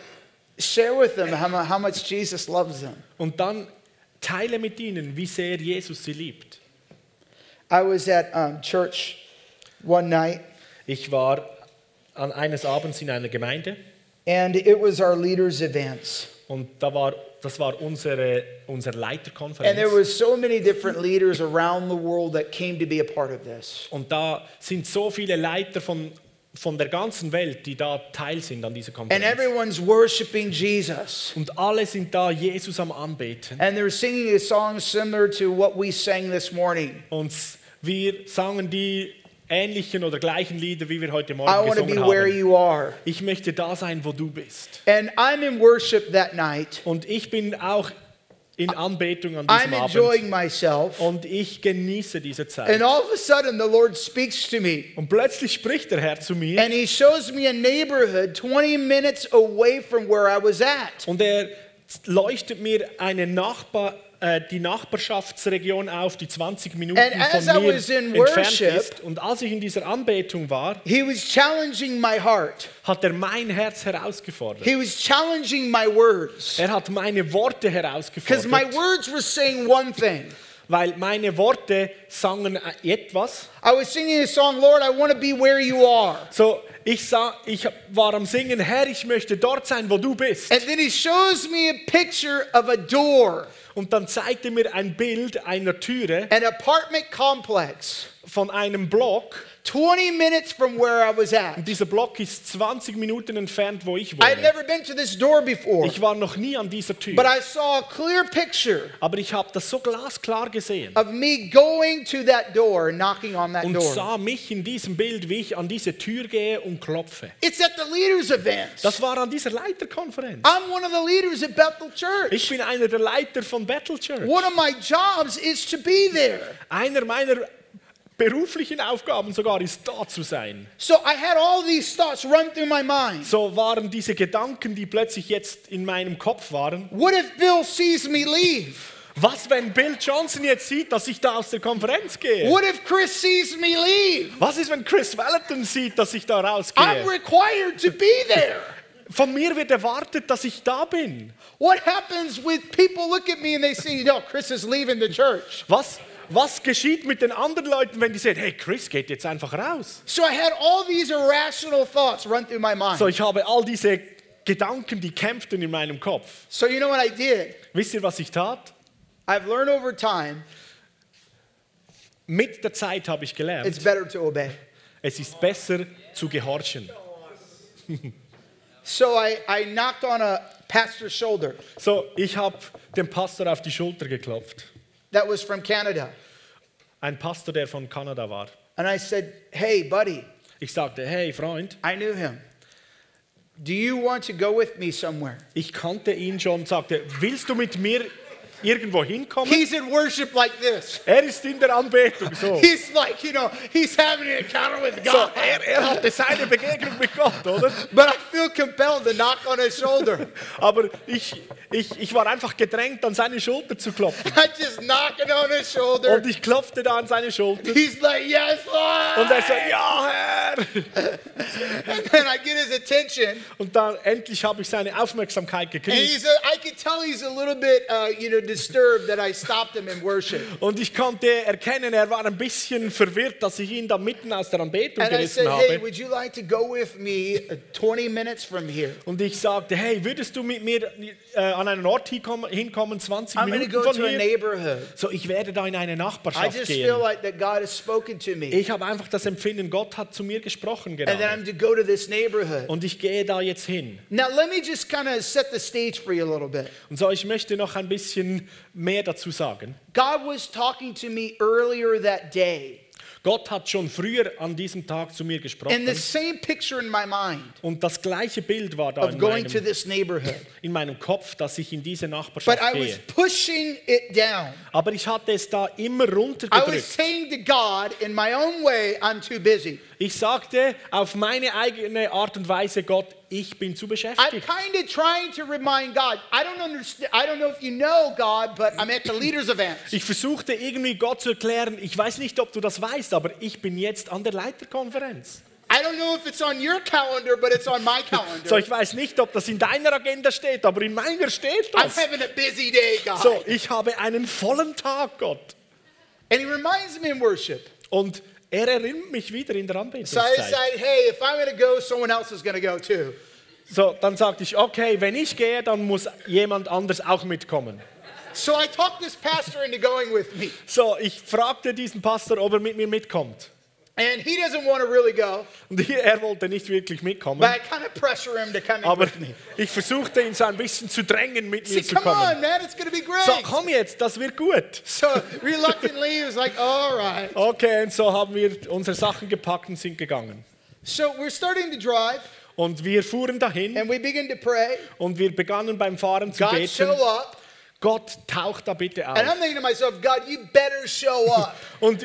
S2: Share with them how, mu- how much Jesus loves them.
S1: Und dann teile mit ihnen, wie sehr Jesus sie liebt.
S2: I was at um, church one night,
S1: Ich war an eines Abends in einer Gemeinde
S2: and it was our leaders' events.
S1: und da war, das war unsere, unsere
S2: And there
S1: Leiterkonferenz.
S2: was so many different leaders around the world that came to be a part of this.
S1: Und da sind so viele Leiter von, von der ganzen Welt, die da teil sind an dieser
S2: And
S1: Konferenz.
S2: everyone's worshiping Jesus.
S1: Und alle sind da Jesus am Anbeten.
S2: And they're singing a song similar to what we sang this morning.
S1: Und s- wir sangen die ähnlichen oder gleichen Lieder, wie wir heute
S2: I
S1: Morgen
S2: want to be
S1: gesungen
S2: where
S1: haben.
S2: you are.
S1: Ich möchte da sein, wo du bist.
S2: And I'm in worship that night.
S1: Und ich bin auch in Anbetung an
S2: I'm
S1: diesem Abend.
S2: enjoying myself.
S1: Und ich genieße diese Zeit.
S2: And all of a sudden, the Lord speaks to me.
S1: Und plötzlich spricht der Herr zu mir
S2: And He shows me a neighborhood 20 minutes away from where I was at.
S1: und er leuchtet mir eine Nachbar, äh, die Nachbarschaftsregion auf, die 20 Minuten
S2: And as I
S1: von mir
S2: was in
S1: entfernt
S2: worship-
S1: ist. Und als ich in dieser Anbetung war,
S2: He was challenging my heart,
S1: hat er mein Herz herausgefordert.
S2: He was challenging my words.
S1: Er hat meine Worte
S2: Because my
S1: herausgefordert,
S2: words were saying one thing.
S1: weil meine Worte sangen etwas.
S2: I was singing a song, Lord, I want to be where you are.
S1: So, ich, sah, ich war am Singen, Herr, ich möchte dort sein, wo du bist.
S2: And then He shows me a picture of a door,
S1: Und dann zeigte mir ein Bild einer Türe
S2: an apartment complex,
S1: von einem Block.
S2: 20 minutes from where I was at.
S1: Und dieser Block ist 20 Minuten entfernt, wo ich
S2: I had
S1: wohne.
S2: never been to this door before,
S1: Ich war noch nie an dieser Tür.
S2: but I saw a clear picture
S1: Aber ich habe das so glasklar gesehen
S2: of me going to that door and knocking on that
S1: und
S2: door.
S1: sah mich in diesem Bild, wie ich an diese Tür gehe und klopfe.
S2: It's at the leaders' event.
S1: Das war an dieser Leiterkonferenz.
S2: I'm one of the leaders at Bethel Church.
S1: Ich bin einer der Leiter von Battle Church.
S2: One of my jobs is to be there.
S1: Einer meiner beruflichen Aufgaben sogar ist da zu sein.
S2: So I had all these thoughts run through my mind.
S1: So waren diese Gedanken, die plötzlich jetzt in meinem Kopf waren.
S2: What if Bill sees me leave?
S1: Was, wenn Bill Johnson jetzt sieht, dass ich da aus der Konferenz gehe?
S2: What if Chris sees me leave?
S1: Was ist, wenn Chris Wellington sieht, dass ich da rausgehe?
S2: I'm required to be there.
S1: Von mir wird erwartet, dass ich da bin.
S2: What happens with people look at me and they see, no, Chris is leaving the church?
S1: Was, was geschieht mit den anderen Leuten, wenn die sehen, hey, Chris geht jetzt einfach raus?
S2: So I had all these irrational thoughts run through my mind.
S1: So,
S2: So,
S1: ich habe all diese Gedanken, die kämpften in meinem Kopf.
S2: you know what I did?
S1: Wisst ihr, was ich tat?
S2: I've learned over time
S1: Mit der Zeit habe ich
S2: it's
S1: gelernt,
S2: better to obey.
S1: es ist besser zu gehorchen.
S2: So I, I knocked on a pastor's shoulder
S1: So, ich habe dem Pastor auf die Schulter geklopft.
S2: that was from Canada.
S1: Ein Pastor, der von Kanada war.
S2: And I said, Hey, buddy,
S1: Ich sagte, hey Freund,
S2: I knew him. Do you want to go with me somewhere?
S1: ich kannte ihn schon, sagte, willst du mit mir irgendwo hinkommen?
S2: He's in worship like this.
S1: Er ist in der Anbetung, so.
S2: He's like, you know, he's having an encounter with
S1: So,
S2: God.
S1: er, er hatte seine Begegnung mit Gott, oder?
S2: But I feel compelled to knock on his shoulder.
S1: Aber ich, ich, ich war einfach gedrängt, an seine Schulter zu klopfen.
S2: I'm just knocking on his shoulder.
S1: Und ich klopfte da an seine Schulter.
S2: He's like, Yes,
S1: Und er
S2: Lord.
S1: so, ja, Herr!
S2: And then I get his attention.
S1: Und dann endlich habe ich seine Aufmerksamkeit
S2: And
S1: gekriegt.
S2: he's a, I could tell he's a little bit, uh, you know, disturbed that I stopped him in worship.
S1: Und ich konnte erkennen, er war ein bisschen verwirrt, dass ich ihn da mitten aus der Anbetung
S2: And I
S1: gerissen
S2: said, Hey,
S1: habe.
S2: would you like to go with me uh, 20 minutes from here?
S1: Und ich sagte, hey, würdest du mit mir äh, an einen Ort hinkommen, hinkommen 20
S2: I'm going to
S1: Minuten
S2: go
S1: von
S2: to a
S1: hier?
S2: neighborhood.
S1: So, ich werde da in eine
S2: I
S1: Nachbarschaft
S2: just feel
S1: gehen.
S2: like that God has spoken to me.
S1: Ich habe einfach das Empfinden, Gott hat zu mir gesprochen
S2: And then
S1: gerade.
S2: I'm to go to this neighborhood.
S1: Und ich gehe da jetzt hin.
S2: Now, let me just kind of set the stage for you a little bit.
S1: Und so, ich möchte noch ein bisschen mehr dazu sagen.
S2: God was talking to me earlier that day.
S1: Gott hat schon früher an diesem Tag zu mir gesprochen.
S2: And the same picture in my mind
S1: Und das gleiche Bild war da in
S2: of going
S1: meinem,
S2: to this neighborhood.
S1: in meinem Kopf, dass ich in diese
S2: But
S1: Nachbarschaft
S2: I was
S1: gehe.
S2: pushing it down.
S1: Aber ich hatte es da immer
S2: I was
S1: runtergedrückt.
S2: saying to God, in my own way, I'm too busy.
S1: Ich sagte auf meine eigene Art und Weise, Gott, ich bin zu
S2: I'm
S1: beschäftigt.
S2: kind of trying to remind God. I don't understand. I don't know if you know God, but I'm at the leaders' event.
S1: Ich versuchte irgendwie Gott zu erklären, ich weiß nicht, ob du das weißt, aber ich bin jetzt an der Leiterkonferenz.
S2: I don't know if it's on your calendar, but it's on my calendar.
S1: So, ich weiß nicht, ob das in deiner Agenda steht, aber in meiner steht
S2: I'm
S1: das.
S2: having a busy day, God.
S1: So, ich habe einen vollen Tag, Gott.
S2: and He reminds me in worship.
S1: Und er erinnert mich wieder in der
S2: So I
S1: Anbetungszeit.
S2: decide, hey, if I'm going to go, someone else is going to go too.
S1: So, dann sagte ich, okay, wenn ich gehe, dann muss jemand anders auch mitkommen.
S2: So I talked this pastor into going with me,
S1: So, ich fragte diesen Pastor, ob er mit mir mitkommt.
S2: and he doesn't want to really go,
S1: Und hier, er wollte nicht wirklich mitkommen.
S2: but I kind of pressure him to come in
S1: Aber
S2: with me.
S1: ich versuchte ihn so ein bisschen zu drängen, mit
S2: See,
S1: mir zu
S2: come on,
S1: kommen.
S2: man, it's going to be great.
S1: So, komm jetzt, das wird gut.
S2: so reluctantly, he was like, all right.
S1: Okay, und so haben wir unsere Sachen gepackt und sind gegangen.
S2: So we're starting to drive,
S1: Und wir fuhren dahin
S2: and we begin to pray.
S1: und wir begannen beim Fahren zu
S2: Ähm, God,
S1: beten.
S2: show up. Äh?
S1: Gott, tauch da bitte
S2: And I'm
S1: auf.
S2: thinking to myself, God, you better show up
S1: Und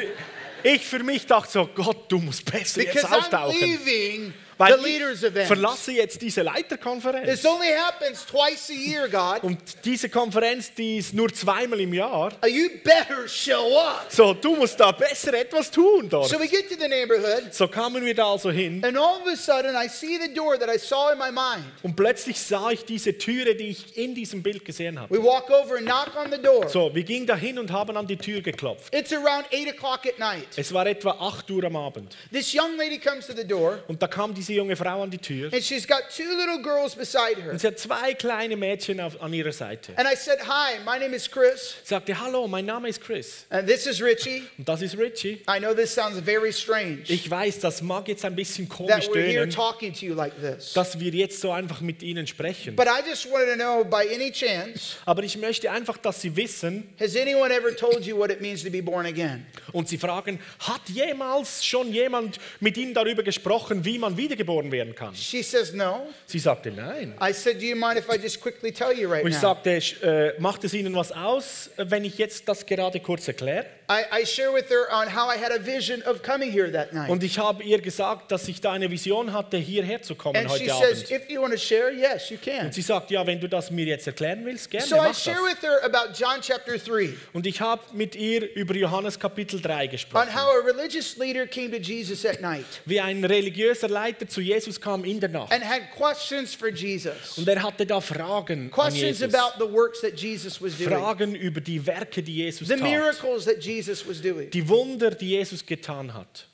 S1: ich für mich dachte so, Gott, du musst besser
S2: because
S1: jetzt
S2: I'm
S1: auftauchen.
S2: leaving
S1: Weil
S2: the leaders'
S1: ich
S2: event.
S1: verlasse jetzt diese
S2: This
S1: Leiterkonferenz.
S2: only happens twice a year, God.
S1: Und diese Konferenz, die ist nur zweimal im Jahr.
S2: You better show up.
S1: So, du musst da besser etwas tun dort.
S2: So we Äh, get to the neighborhood,
S1: So kamen wir da also hin
S2: and all of a sudden, I see the door that I saw in my mind.
S1: und plötzlich sah ich diese Türe, die ich in diesem Bild gesehen habe.
S2: We walk over and knock on the door.
S1: So, wir gingen da hin und haben an die Tür geklopft.
S2: It's around 8 o'clock at night.
S1: Es war etwa 8 Uhr am Abend.
S2: This young lady comes to the door,
S1: Und da kam diese junge Frau an die Tür
S2: and she's got two little girls beside her.
S1: und sie hat zwei kleine Mädchen auf, an ihrer Seite.
S2: And I said, Hi, my name is Chris,
S1: Sie sagte, hallo, mein Name ist Chris
S2: and this is Richie.
S1: und das ist Richie.
S2: I know this sounds very strange
S1: Ich weiß, das mag jetzt ein bisschen
S2: that
S1: komisch
S2: we're here
S1: tönen,
S2: talking to you like this.
S1: dass wir jetzt so einfach mit Ihnen sprechen.
S2: But I just wanted to know by any chance,
S1: Aber ich möchte einfach, dass Sie wissen
S2: has anyone ever told you what it means to be born again?
S1: und Sie fragen, hat jemals schon jemand mit Ihnen darüber gesprochen, wie man wiedergeboren werden kann?
S2: She says, No.
S1: Sie sagte, nein.
S2: I said, Do you mind if I just quickly tell you right
S1: Und ich
S2: now?
S1: sagte, "Sch- äh, macht es Ihnen was aus, wenn ich jetzt das gerade kurz erkläre?
S2: I, I share with her on how I had a vision of coming here that night.
S1: Und ich habe ihr gesagt, dass ich da eine Vision hatte, hierher zu kommen
S2: And she
S1: heute
S2: says,
S1: Abend.
S2: If you want to share, yes, you can.
S1: Und sie sagt, ja, wenn du das mir jetzt erklären willst, gerne,
S2: So I
S1: mach das.
S2: share with her about John chapter 3
S1: Und ich habe mit ihr über Johannes Kapitel 3
S2: on
S1: gesprochen.
S2: how a religious leader came to Jesus at night
S1: Wie ein religiöser Leiter zu Jesus kam in der Nacht.
S2: and had questions for Jesus.
S1: Und er hatte da Fragen an
S2: Questions
S1: Jesus.
S2: about the works that Jesus was doing,
S1: Fragen über die Werke, die Jesus
S2: the
S1: tat.
S2: miracles that Jesus was doing,
S1: Die Wunder, die Jesus getan hat.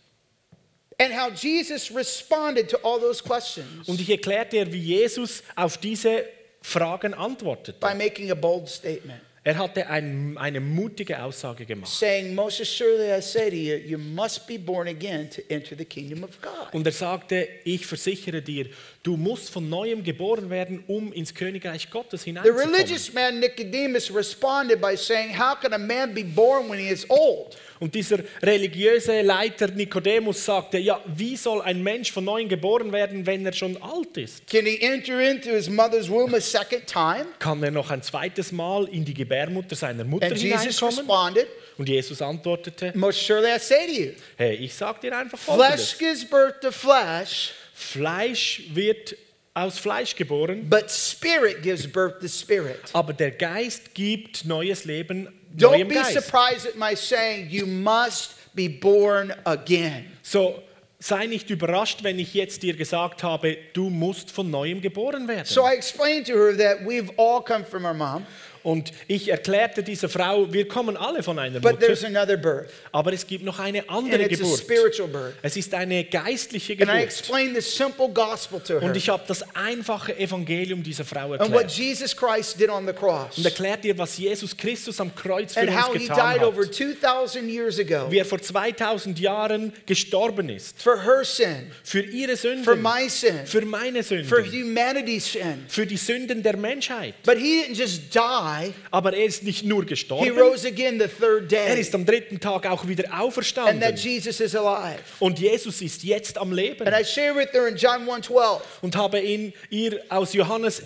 S2: and how Jesus responded to all those
S1: Und
S2: questions
S1: ich erklärte ihr, wie Jesus auf diese Fragen antwortete.
S2: by making a bold statement,
S1: Er hatte ein, eine mutige Aussage gemacht.
S2: saying, Most assuredly I say to you, you must be born again to enter the kingdom of God.
S1: Und er sagte, ich versichere dir, du musst von neuem geboren werden, um ins Königreich Gottes
S2: The
S1: hineinzukommen.
S2: religious man Nicodemus responded by saying, How can a man be born when he is old?
S1: Und dieser religiöse Leiter Nikodemus sagte, ja, wie soll ein Mensch von neuem geboren werden, wenn er schon alt ist?
S2: Can he enter into his mother's womb a second time?
S1: Kann er noch ein zweites Mal in die Gebärmutter seiner Mutter
S2: And Jesus
S1: hineinkommen?
S2: responded,
S1: Und Jesus antwortete,
S2: Most surely I say to you,
S1: hey, ich sag dir einfach
S2: flesh
S1: folgendes.
S2: gives birth to flesh,
S1: Fleisch wird aus Fleisch geboren,
S2: but spirit gives birth to spirit.
S1: aber der Geist gibt neues Leben
S2: Don't
S1: neuem
S2: be
S1: Geist.
S2: surprised at my saying, You must be born again.
S1: So, sei nicht überrascht, wenn ich jetzt dir gesagt habe, du musst von neuem geboren werden.
S2: So I explained to her that we've all come from our mom,
S1: Und ich erklärte dieser Frau, wir kommen alle von einer
S2: But there's
S1: Mutter,
S2: another birth,
S1: aber es gibt noch eine
S2: and
S1: andere
S2: it's a
S1: Geburt.
S2: spiritual birth.
S1: Es ist eine geistliche
S2: And I
S1: Geburt.
S2: explained the simple gospel to her
S1: Und ich habe das einfache Evangelium dieser Frau
S2: and what
S1: erklärt.
S2: Jesus Christ did on the cross
S1: Und erklärt ihr, was Jesus Christus am Kreuz für
S2: and
S1: uns
S2: how he
S1: getan
S2: died
S1: hat.
S2: over 2,000 years ago
S1: Wie er vor 2000 Jahren gestorben ist.
S2: for her sin,
S1: Für ihre
S2: for
S1: Sünden.
S2: my sin,
S1: Für meine
S2: for
S1: Sünden.
S2: humanity's sin.
S1: Für die Sünden der Menschheit.
S2: But he didn't just die,
S1: Aber er ist nicht nur
S2: he
S1: gestorben,
S2: rose again the third
S1: er
S2: day.
S1: ist am dritten Tag auch wieder
S2: And that
S1: auferstanden.
S2: Jesus is alive.
S1: Und Jesus ist jetzt am Leben.
S2: And I share with her in John 1:12,
S1: Und habe ihn ihr aus Johannes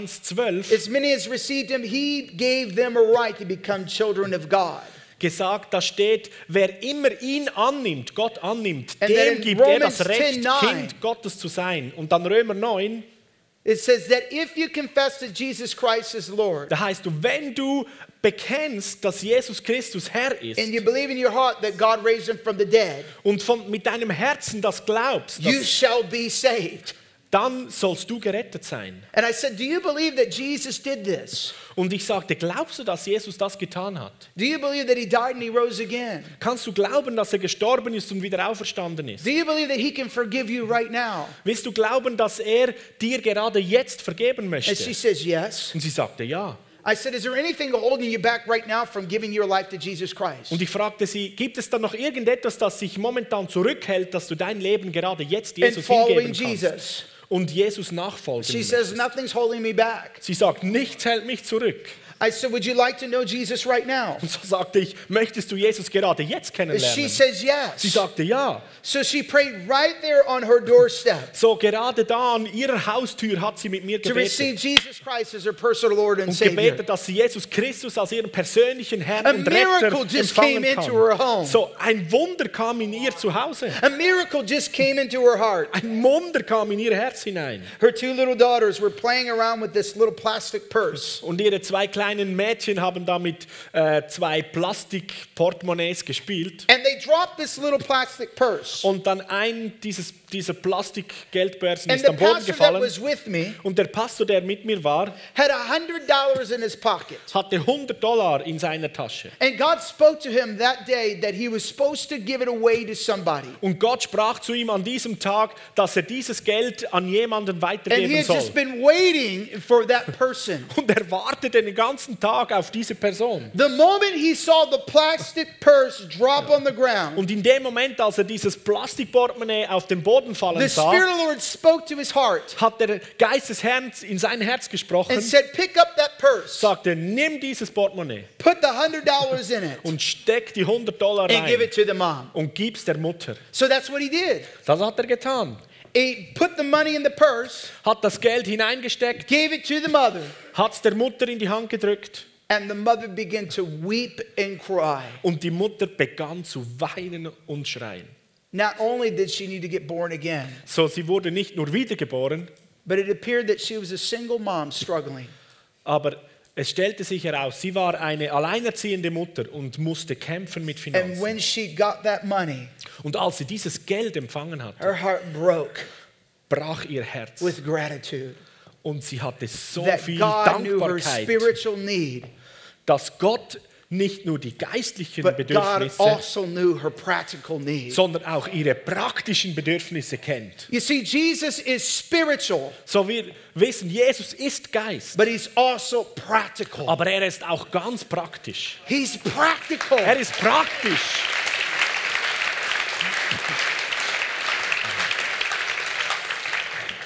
S1: 1,12
S2: as many as received him, he gave them a right to become children of God.
S1: gesagt, da steht, wer immer ihn annimmt, Gott annimmt,
S2: And then
S1: dem
S2: in
S1: gibt er das
S2: Romans
S1: Recht,
S2: 10:9.
S1: Kind Gottes zu sein. Und dann Römer 9,
S2: It says that if you confess that Jesus Christ is Lord
S1: da heißt du, wenn du bekennst, dass Jesus Christus Herr ist
S2: and you believe in your heart that God raised him from the dead,
S1: und von, mit deinem Herzen das glaubst,
S2: you
S1: dass,
S2: shall be saved.
S1: dann sollst du gerettet sein.
S2: And I said, Do you believe that Jesus did this?
S1: Und ich sagte, glaubst du, dass Jesus das getan hat?
S2: Do you believe that he died and he rose again?
S1: Kannst du glauben, dass er gestorben ist und wieder auferstanden ist?
S2: Do you believe that he can forgive you right now?
S1: Willst du glauben, dass er dir gerade jetzt vergeben möchte?
S2: And she says, Yes.
S1: Und sie sagte ja.
S2: I said, Is there anything holding you back right now from giving your life to Jesus Christ?
S1: Und ich fragte sie, gibt es da noch irgendetwas, das sich momentan zurückhält, dass du dein Leben gerade jetzt
S2: And
S1: Jesus
S2: following
S1: hingeben kannst
S2: Jesus.
S1: und Jesus nachfolgen
S2: She says,
S1: möchtest?
S2: Nothing's holding me back.
S1: Sie sagt, nichts hält mich zurück.
S2: I said, Would you like to know Jesus right now?
S1: Und so sagte ich, möchtest du Jesus gerade jetzt
S2: She
S1: kennenlernen?
S2: says,
S1: Sie
S2: Yes.
S1: sagte ja.
S2: So she prayed right there on her doorstep
S1: So gerade da an ihrer Haustür hat sie mit mir
S2: to receive
S1: gebetet
S2: Jesus Christ as her personal Lord and
S1: und
S2: Savior.
S1: gebetet, dass sie Jesus Christus als ihren persönlichen Herrn
S2: A
S1: und Retter
S2: miracle just came
S1: empfangen
S2: into her
S1: kann.
S2: home.
S1: So ein Wunder kam in ihr Zuhause.
S2: A miracle just came into her heart.
S1: Ein Wunder kam in ihr Herz hinein.
S2: Her two little daughters were playing around with this little plastic purse.
S1: Und ihre zwei kleinen Mädchen haben damit äh, zwei Plastikportemonnaies gespielt.
S2: And they dropped this little plastic purse.
S1: Und dann ein dieses, dieser Plastikgeldbörsen
S2: And
S1: ist
S2: the
S1: am Boden
S2: pastor that
S1: gefallen.
S2: was with me
S1: Und der Pastor, der mit mir war,
S2: had a hundred dollars in his pocket.
S1: hatte 100 Dollar in seiner Tasche.
S2: And God spoke to him that day that he was supposed to give it away to somebody.
S1: Und Gott sprach zu ihm an diesem Tag, dass er dieses Geld an jemanden
S2: And he
S1: weitergeben
S2: had
S1: soll.
S2: just been waiting for that person.
S1: Und er wartete den ganzen Tag auf diese Person.
S2: The moment he saw the plastic purse drop on the ground,
S1: Und in dem Moment, als er dieses Plastikportemonnaie auf den Boden fallen
S2: the Spirit
S1: sah,
S2: of the Lord spoke to his heart
S1: hat der Geist des Herrn in sein Herz gesprochen,
S2: and said, Pick up that purse,
S1: sagte, nimm dieses Portemonnaie
S2: put the $100 in it,
S1: und steck die 100 Dollar
S2: and give
S1: rein
S2: it to the mom.
S1: und gib's der Mutter.
S2: So that's what he did.
S1: Das hat er getan.
S2: He put the money in the purse,
S1: Hat das Geld hineingesteckt,
S2: gave it to the mother,
S1: hat's der Mutter in die Hand gedrückt
S2: and the mother began to weep and cry.
S1: und die Mutter begann zu weinen und schreien.
S2: Not only did she need to get born again,
S1: So, sie wurde nicht nur wiedergeboren,
S2: But it appeared that she was a single mom struggling.
S1: Aber es stellte sich heraus, sie war eine alleinerziehende Mutter und musste kämpfen mit
S2: And
S1: Finanzen.
S2: when she got that money,
S1: Und als sie dieses Geld empfangen hat,
S2: her heart broke
S1: brach ihr Herz.
S2: with gratitude
S1: Und sie hatte so
S2: that
S1: viel
S2: God knew her
S1: Dankbarkeit,
S2: spiritual need,
S1: dass Gott nicht nur die geistlichen
S2: but God
S1: Bedürfnisse,
S2: also knew her practical need.
S1: sondern auch ihre praktischen Bedürfnisse kennt.
S2: You see, Jesus is spiritual,
S1: So wir wissen, Jesus ist Geist,
S2: but he's also practical.
S1: aber er ist auch ganz praktisch.
S2: He's practical.
S1: Er ist praktisch.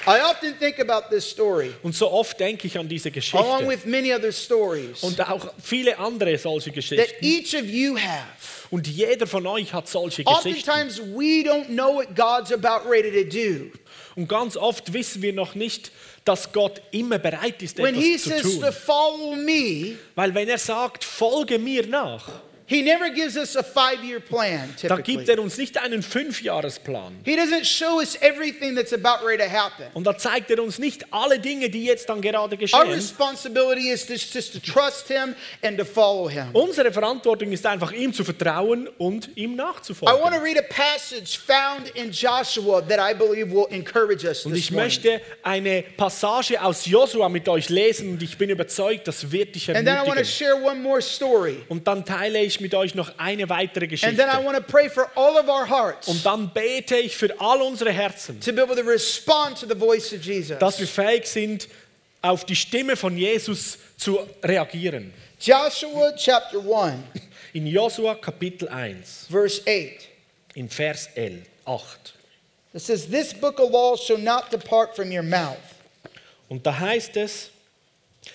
S2: I often think about this story,
S1: Und so oft denke ich an diese
S2: along
S1: Geschichte
S2: with many other stories
S1: und auch viele andere solche
S2: that
S1: Geschichten.
S2: each of you have.
S1: Und jeder von euch hat solche Geschichten.
S2: Oftentimes, we don't know what God's about ready to do.
S1: Und ganz oft wissen wir noch nicht, dass Gott immer bereit ist,
S2: When he
S1: etwas zu
S2: says to
S1: tun.
S2: follow me,
S1: Weil wenn er sagt, folge mir nach,
S2: He never gives us a five year plan,
S1: Da gibt
S2: typically.
S1: er uns nicht einen Fünfjahresplan.
S2: He doesn't show us everything that's about ready to happen.
S1: Und da zeigt er uns nicht alle Dinge, die jetzt dann gerade
S2: Our
S1: geschehen.
S2: responsibility is just, just to trust Him and to follow Him.
S1: Unsere Verantwortung ist einfach, ihm zu vertrauen und ihm
S2: I want
S1: nachzufolgen.
S2: to read a passage found in Joshua that I believe will encourage us
S1: Und
S2: this
S1: ich
S2: morning.
S1: möchte eine Passage aus Josua mit euch lesen und ich bin überzeugt, das wird dich
S2: And then I want to
S1: ermutigen.
S2: share one more story.
S1: Und dann teile ich mit euch noch eine weitere
S2: And then I
S1: Geschichte.
S2: want to pray for all of our hearts
S1: Und dann bete ich für all unsere Herzen,
S2: to be able to respond to the voice of Jesus.
S1: dass wir fähig sind, auf die Stimme von Jesus zu reagieren.
S2: Joshua chapter 1,
S1: In Josua Kapitel 1,
S2: verse 8.
S1: in Vers 11, 8.
S2: It says, This book of law shall not depart from your mouth,
S1: Und da heißt es,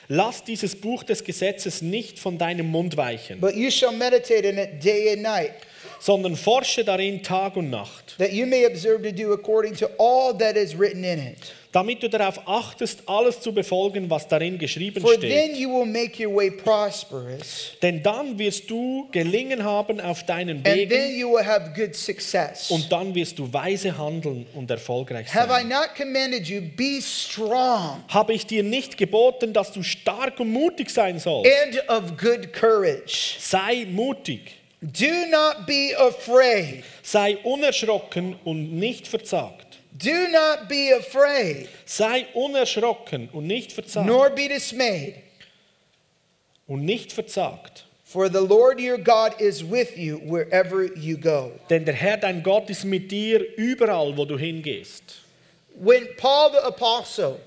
S1: lass dieses Buch des Gesetzes nicht von deinem Mund weichen,
S2: but you shall meditate in it day and night,
S1: sondern forsche darin Tag und Nacht,
S2: that you may observe to do according to all that is written in it.
S1: damit du darauf achtest, alles zu befolgen, was darin geschrieben
S2: For then
S1: steht.
S2: you will make your way prosperous,
S1: Denn dann wirst du gelingen haben auf deinen
S2: and
S1: Wegen
S2: then you will have good success.
S1: und dann wirst du weise handeln und erfolgreich
S2: Have I
S1: sein.
S2: not commanded you, be strong
S1: Habe ich dir nicht geboten, dass du stark und mutig sein sollst?
S2: and of good courage?
S1: Sei mutig,
S2: Do not be afraid.
S1: sei unerschrocken und nicht verzagt.
S2: Do not be afraid,
S1: Sei unerschrocken und nicht verzagt.
S2: nor be dismayed,
S1: und nicht verzagt.
S2: for the Lord your God is with you wherever you go.
S1: Denn der Herr, dein Gott, ist mit dir überall, wo du hingehst.
S2: When Paul the apostle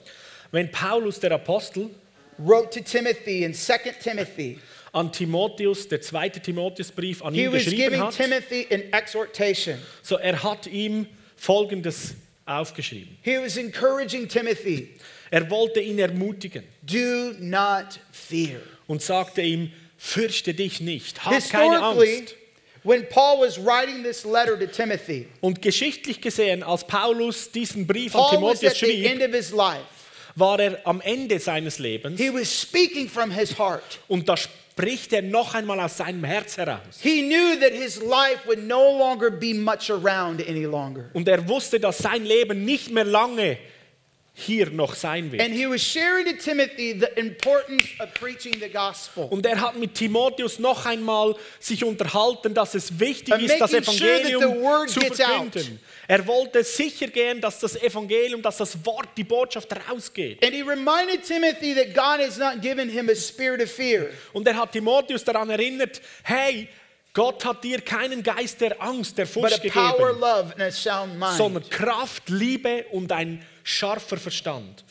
S1: Wenn Paulus, der Apostel,
S2: wrote to Timothy in 2 Timothy,
S1: an Timotheus, der zweite Timotheusbrief, an
S2: he
S1: ihn
S2: was
S1: geschrieben
S2: giving
S1: hat,
S2: Timothy an exhortation.
S1: so er hat ihm Folgendes aufgeschrieben.
S2: He was encouraging Timothy,
S1: Er wollte ihn ermutigen
S2: do not fear.
S1: und sagte ihm, fürchte dich nicht, hab keine
S2: Historically,
S1: Angst.
S2: when Paul was writing this letter to Timothy,
S1: Und geschichtlich gesehen, als Paulus diesen Brief an
S2: Paul was at
S1: Timotheus
S2: the
S1: schrieb,
S2: end of his life.
S1: war er am Ende seines Lebens
S2: He was speaking from his heart.
S1: und da spricht er noch einmal aus seinem Herz heraus.
S2: He knew that his life would no longer be much around any longer.
S1: Und er wusste, dass sein Leben nicht mehr lange hier noch sein wird.
S2: And he was sharing to Timothy the importance of preaching the gospel
S1: Und er hat mit Timotheus noch einmal sich unterhalten, dass es wichtig
S2: And
S1: ist, das
S2: making sure that the
S1: Evangelium
S2: word
S1: zu
S2: gets out.
S1: verkünden. Er wollte sicher gehen, dass das Evangelium, dass das Wort, die Botschaft rausgeht.
S2: And he reminded Timothy that God has not given him a spirit of fear,
S1: Und er hat Timotheus daran erinnert, hey, Gott hat dir keinen Geist der Angst, der Furcht
S2: but a power,
S1: gegeben,
S2: love, and a sound mind.
S1: sondern Kraft, Liebe und ein scharfer Verstand.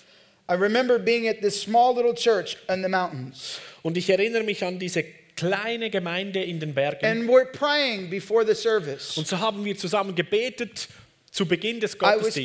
S2: I remember being at this small little church in the mountains,
S1: Und ich erinnere mich an diese kleine Gemeinde in den Bergen.
S2: and we're praying before the service.
S1: Und so haben wir zusammen gebetet zu Beginn des
S2: I was supposed to be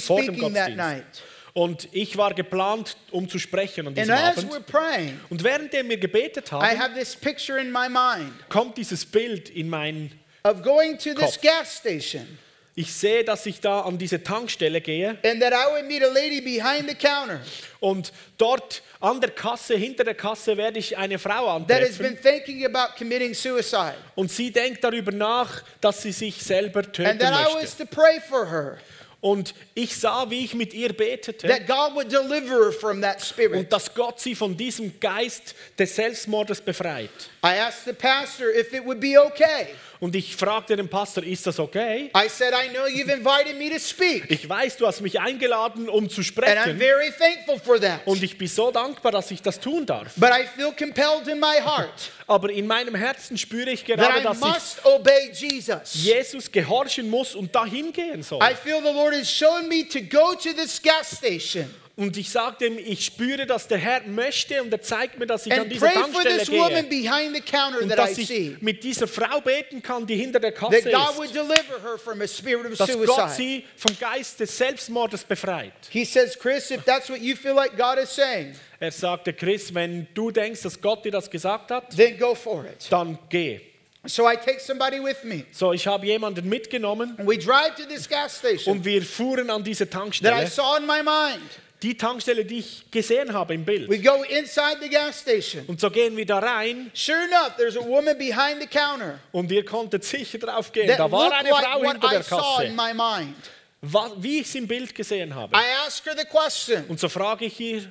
S1: Gottesdienstes, vor dem
S2: speaking that
S1: Gottesdienst.
S2: night.
S1: Und ich war geplant, um zu sprechen an
S2: And
S1: diesem
S2: as we're
S1: Abend.
S2: praying,
S1: Und währenddem wir gebetet
S2: I
S1: haben,
S2: have this picture in my mind
S1: kommt dieses Bild in mein...
S2: of going to this
S1: Kopf.
S2: gas station.
S1: Ich sehe, dass ich da an diese Tankstelle gehe
S2: and that I would meet a lady behind the counter
S1: und dort an der Kasse, hinter der Kasse, werde ich eine Frau
S2: that has been
S1: antreffen
S2: thinking about committing suicide,
S1: und sie denkt darüber nach, dass sie sich selber töten
S2: and that I was
S1: möchte.
S2: to pray for her,
S1: Und ich sah, wie ich mit ihr betete.
S2: that God would deliver her from that
S1: und
S2: spirit.
S1: dass Gott sie von diesem Geist des Selbstmordes befreit.
S2: I asked the pastor if it would be okay.
S1: Und ich fragte den Pastor, ist das okay?
S2: I said, I know you've invited me to speak,
S1: Ich weiß, du hast mich eingeladen, um zu
S2: and I'm
S1: sprechen.
S2: very thankful for that.
S1: Und ich bin so dankbar, dass ich das tun darf.
S2: But I feel compelled in my heart
S1: Aber in meinem Herzen spüre ich gerade,
S2: that I
S1: dass ich
S2: must obey Jesus.
S1: Jesus gehorchen muss und dahin gehen soll.
S2: I feel the Lord has shown me to go to this gas station
S1: Und ich sagte ihm, ich spüre, dass der Herr möchte und er zeigt mir, dass ich an
S2: and
S1: diese
S2: pray for
S1: Tankstelle
S2: this woman
S1: gehe.
S2: behind the counter
S1: Und
S2: that I
S1: dass
S2: see.
S1: ich mit dieser Frau beten kann, die hinter der Kasse
S2: that God
S1: ist.
S2: would deliver her from a spirit of
S1: Dass Gott
S2: suicide.
S1: sie vom Geist des Selbstmordes befreit.
S2: He says, Chris, if that's what you feel like God is saying,
S1: Er sagte, Chris, wenn du denkst, dass Gott dir das gesagt hat,
S2: then go for it.
S1: dann geh.
S2: So I take somebody with me,
S1: So, ich habe jemanden mitgenommen
S2: and we drive to this gas station
S1: und wir fuhren an diese
S2: that I
S1: Tankstelle,
S2: saw in my mind.
S1: die Tankstelle, die ich gesehen habe im Bild.
S2: We go inside the gas station.
S1: Und so gehen wir da rein
S2: Sure enough, there's a woman behind the counter
S1: und ihr konntet sicher drauf gehen.
S2: that
S1: Da
S2: looked
S1: war eine
S2: like
S1: Frau
S2: what
S1: hinter
S2: I
S1: der
S2: saw in
S1: Kasse,
S2: my mind.
S1: Wa- wie ich es im Bild gesehen habe.
S2: I asked her the question.
S1: Und so frage ich ihr,
S2: I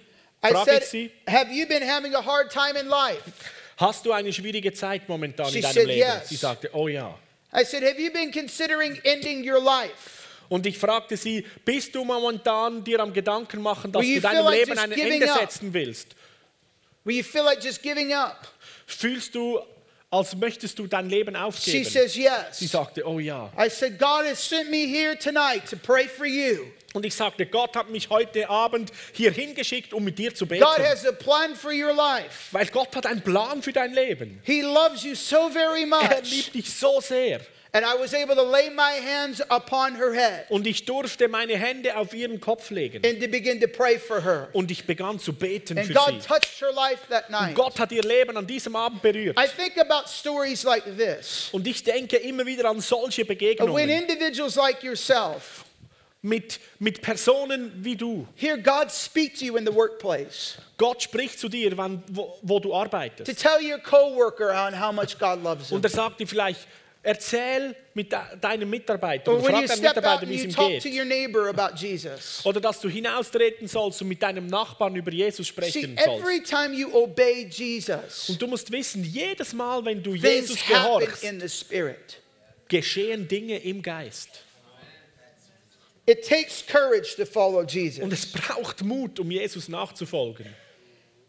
S1: frage ich
S2: said,
S1: sie,
S2: Have you been having a hard time in life?
S1: hast du eine schwierige Zeit momentan
S2: She
S1: in deinem
S2: said
S1: Leben?
S2: yes.
S1: Sie sagte, oh ja.
S2: I said, Have you been considering ending your life?
S1: Und ich fragte sie, bist du momentan dir am Gedanken machen, dass du
S2: Will you feel
S1: deinem
S2: like
S1: Leben
S2: just
S1: ein
S2: giving
S1: Ende
S2: up?
S1: setzen willst?
S2: Will you feel like just giving up?
S1: Fühlst du, als möchtest du dein Leben
S2: She
S1: aufgeben?
S2: says,
S1: Sie
S2: Yes.
S1: sagte, oh ja.
S2: I said, God has sent me here tonight to pray for you.
S1: Und ich sagte, Gott hat mich heute Abend hier hingeschickt, um mit dir zu beten.
S2: God has a plan for your life.
S1: Weil Gott hat einen Plan für dein Leben.
S2: He loves you so very
S1: Er
S2: much.
S1: liebt dich so sehr.
S2: And I was able to lay my hands upon her head
S1: Und ich durfte meine Hände auf ihren Kopf legen.
S2: and to begin to pray for her.
S1: Und ich begann zu beten
S2: And
S1: für
S2: God
S1: sie.
S2: touched her life that night.
S1: Gott hat ihr Leben an diesem Abend berührt.
S2: I think about stories like this.
S1: Und ich denke immer wieder an solche
S2: When
S1: Begegnungen
S2: individuals like yourself
S1: mit, mit Personen wie du.
S2: hear God speak to you in the workplace,
S1: Gott spricht zu dir, wann, wo, wo du
S2: to
S1: arbeitest.
S2: tell your coworker on how much God loves them.
S1: Und er sagt dir vielleicht, erzähl mit de deinem Mitarbeiter
S2: Or
S1: und
S2: when
S1: frag
S2: you
S1: deinen
S2: step
S1: Mitarbeiter,
S2: out and
S1: wie es
S2: you
S1: ihm
S2: talk to
S1: geht.
S2: your neighbor about Jesus.
S1: Oder dass du hinaustreten sollst und mit deinem Nachbarn über Jesus
S2: See,
S1: sprechen sollst.
S2: every time you obey Jesus,
S1: Und du musst wissen, jedes Mal, wenn du
S2: things
S1: Jesus
S2: happen
S1: gehorchst,
S2: in the spirit.
S1: geschehen Dinge im Geist.
S2: It takes courage to follow
S1: Und
S2: Jesus.
S1: es braucht Mut, um Jesus nachzufolgen.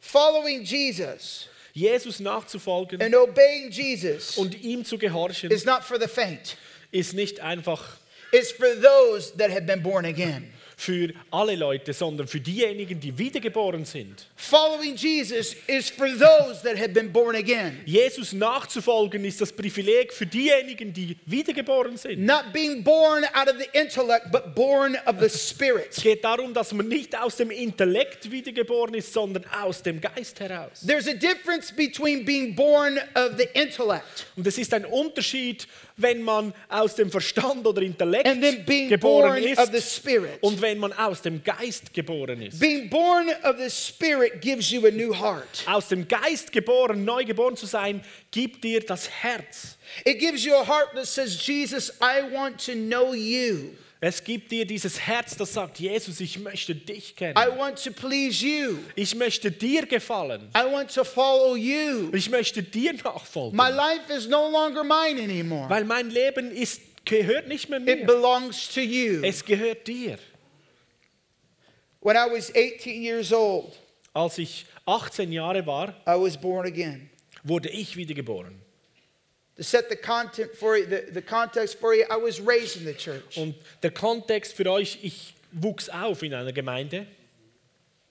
S2: Following Jesus
S1: Jesus nachzufolgen
S2: and obeying Jesus
S1: und ihm zu gehorchen,
S2: is not for the faint.
S1: ist nicht einfach
S2: It's for those that have been born again.
S1: für alle Leute, sondern für diejenigen, die wiedergeboren sind.
S2: Following Jesus is for those that have been born again.
S1: Jesus nachzufolgen ist das Privileg für diejenigen, die wiedergeboren sind.
S2: Not being born out of the intellect, but born of the
S1: Es
S2: spirit.
S1: geht darum, dass man nicht aus dem Intellekt wiedergeboren ist, sondern aus dem Geist heraus.
S2: There's a difference between being born of the intellect
S1: Und es ist ein Unterschied, wenn man aus dem Verstand oder Intellekt
S2: and then being
S1: geboren
S2: born of the
S1: ist
S2: spirit.
S1: und wenn man aus dem Geist geboren ist.
S2: Being born of the Spirit gives you a new heart.
S1: Aus dem Geist geboren, neu geboren zu sein, gibt dir das Herz.
S2: It gives you a heart that says, Jesus, I want to know you.
S1: Es gibt dir dieses Herz, das sagt, Jesus, ich möchte dich
S2: I
S1: kennen.
S2: want to please you.
S1: Ich möchte dir gefallen.
S2: I want to follow you.
S1: Ich möchte dir nachfolgen.
S2: My life is no longer mine anymore.
S1: Weil mein Leben ist, gehört nicht mehr
S2: It
S1: mir.
S2: belongs to you.
S1: Es gehört dir.
S2: When I was 18 years old,
S1: Als ich 18 Jahre war,
S2: I was born again.
S1: wurde ich wiedergeboren.
S2: To set the content for you, the, the context for you, I was raised in the church.
S1: Und der Kontext für euch, ich wuchs auf in einer Gemeinde.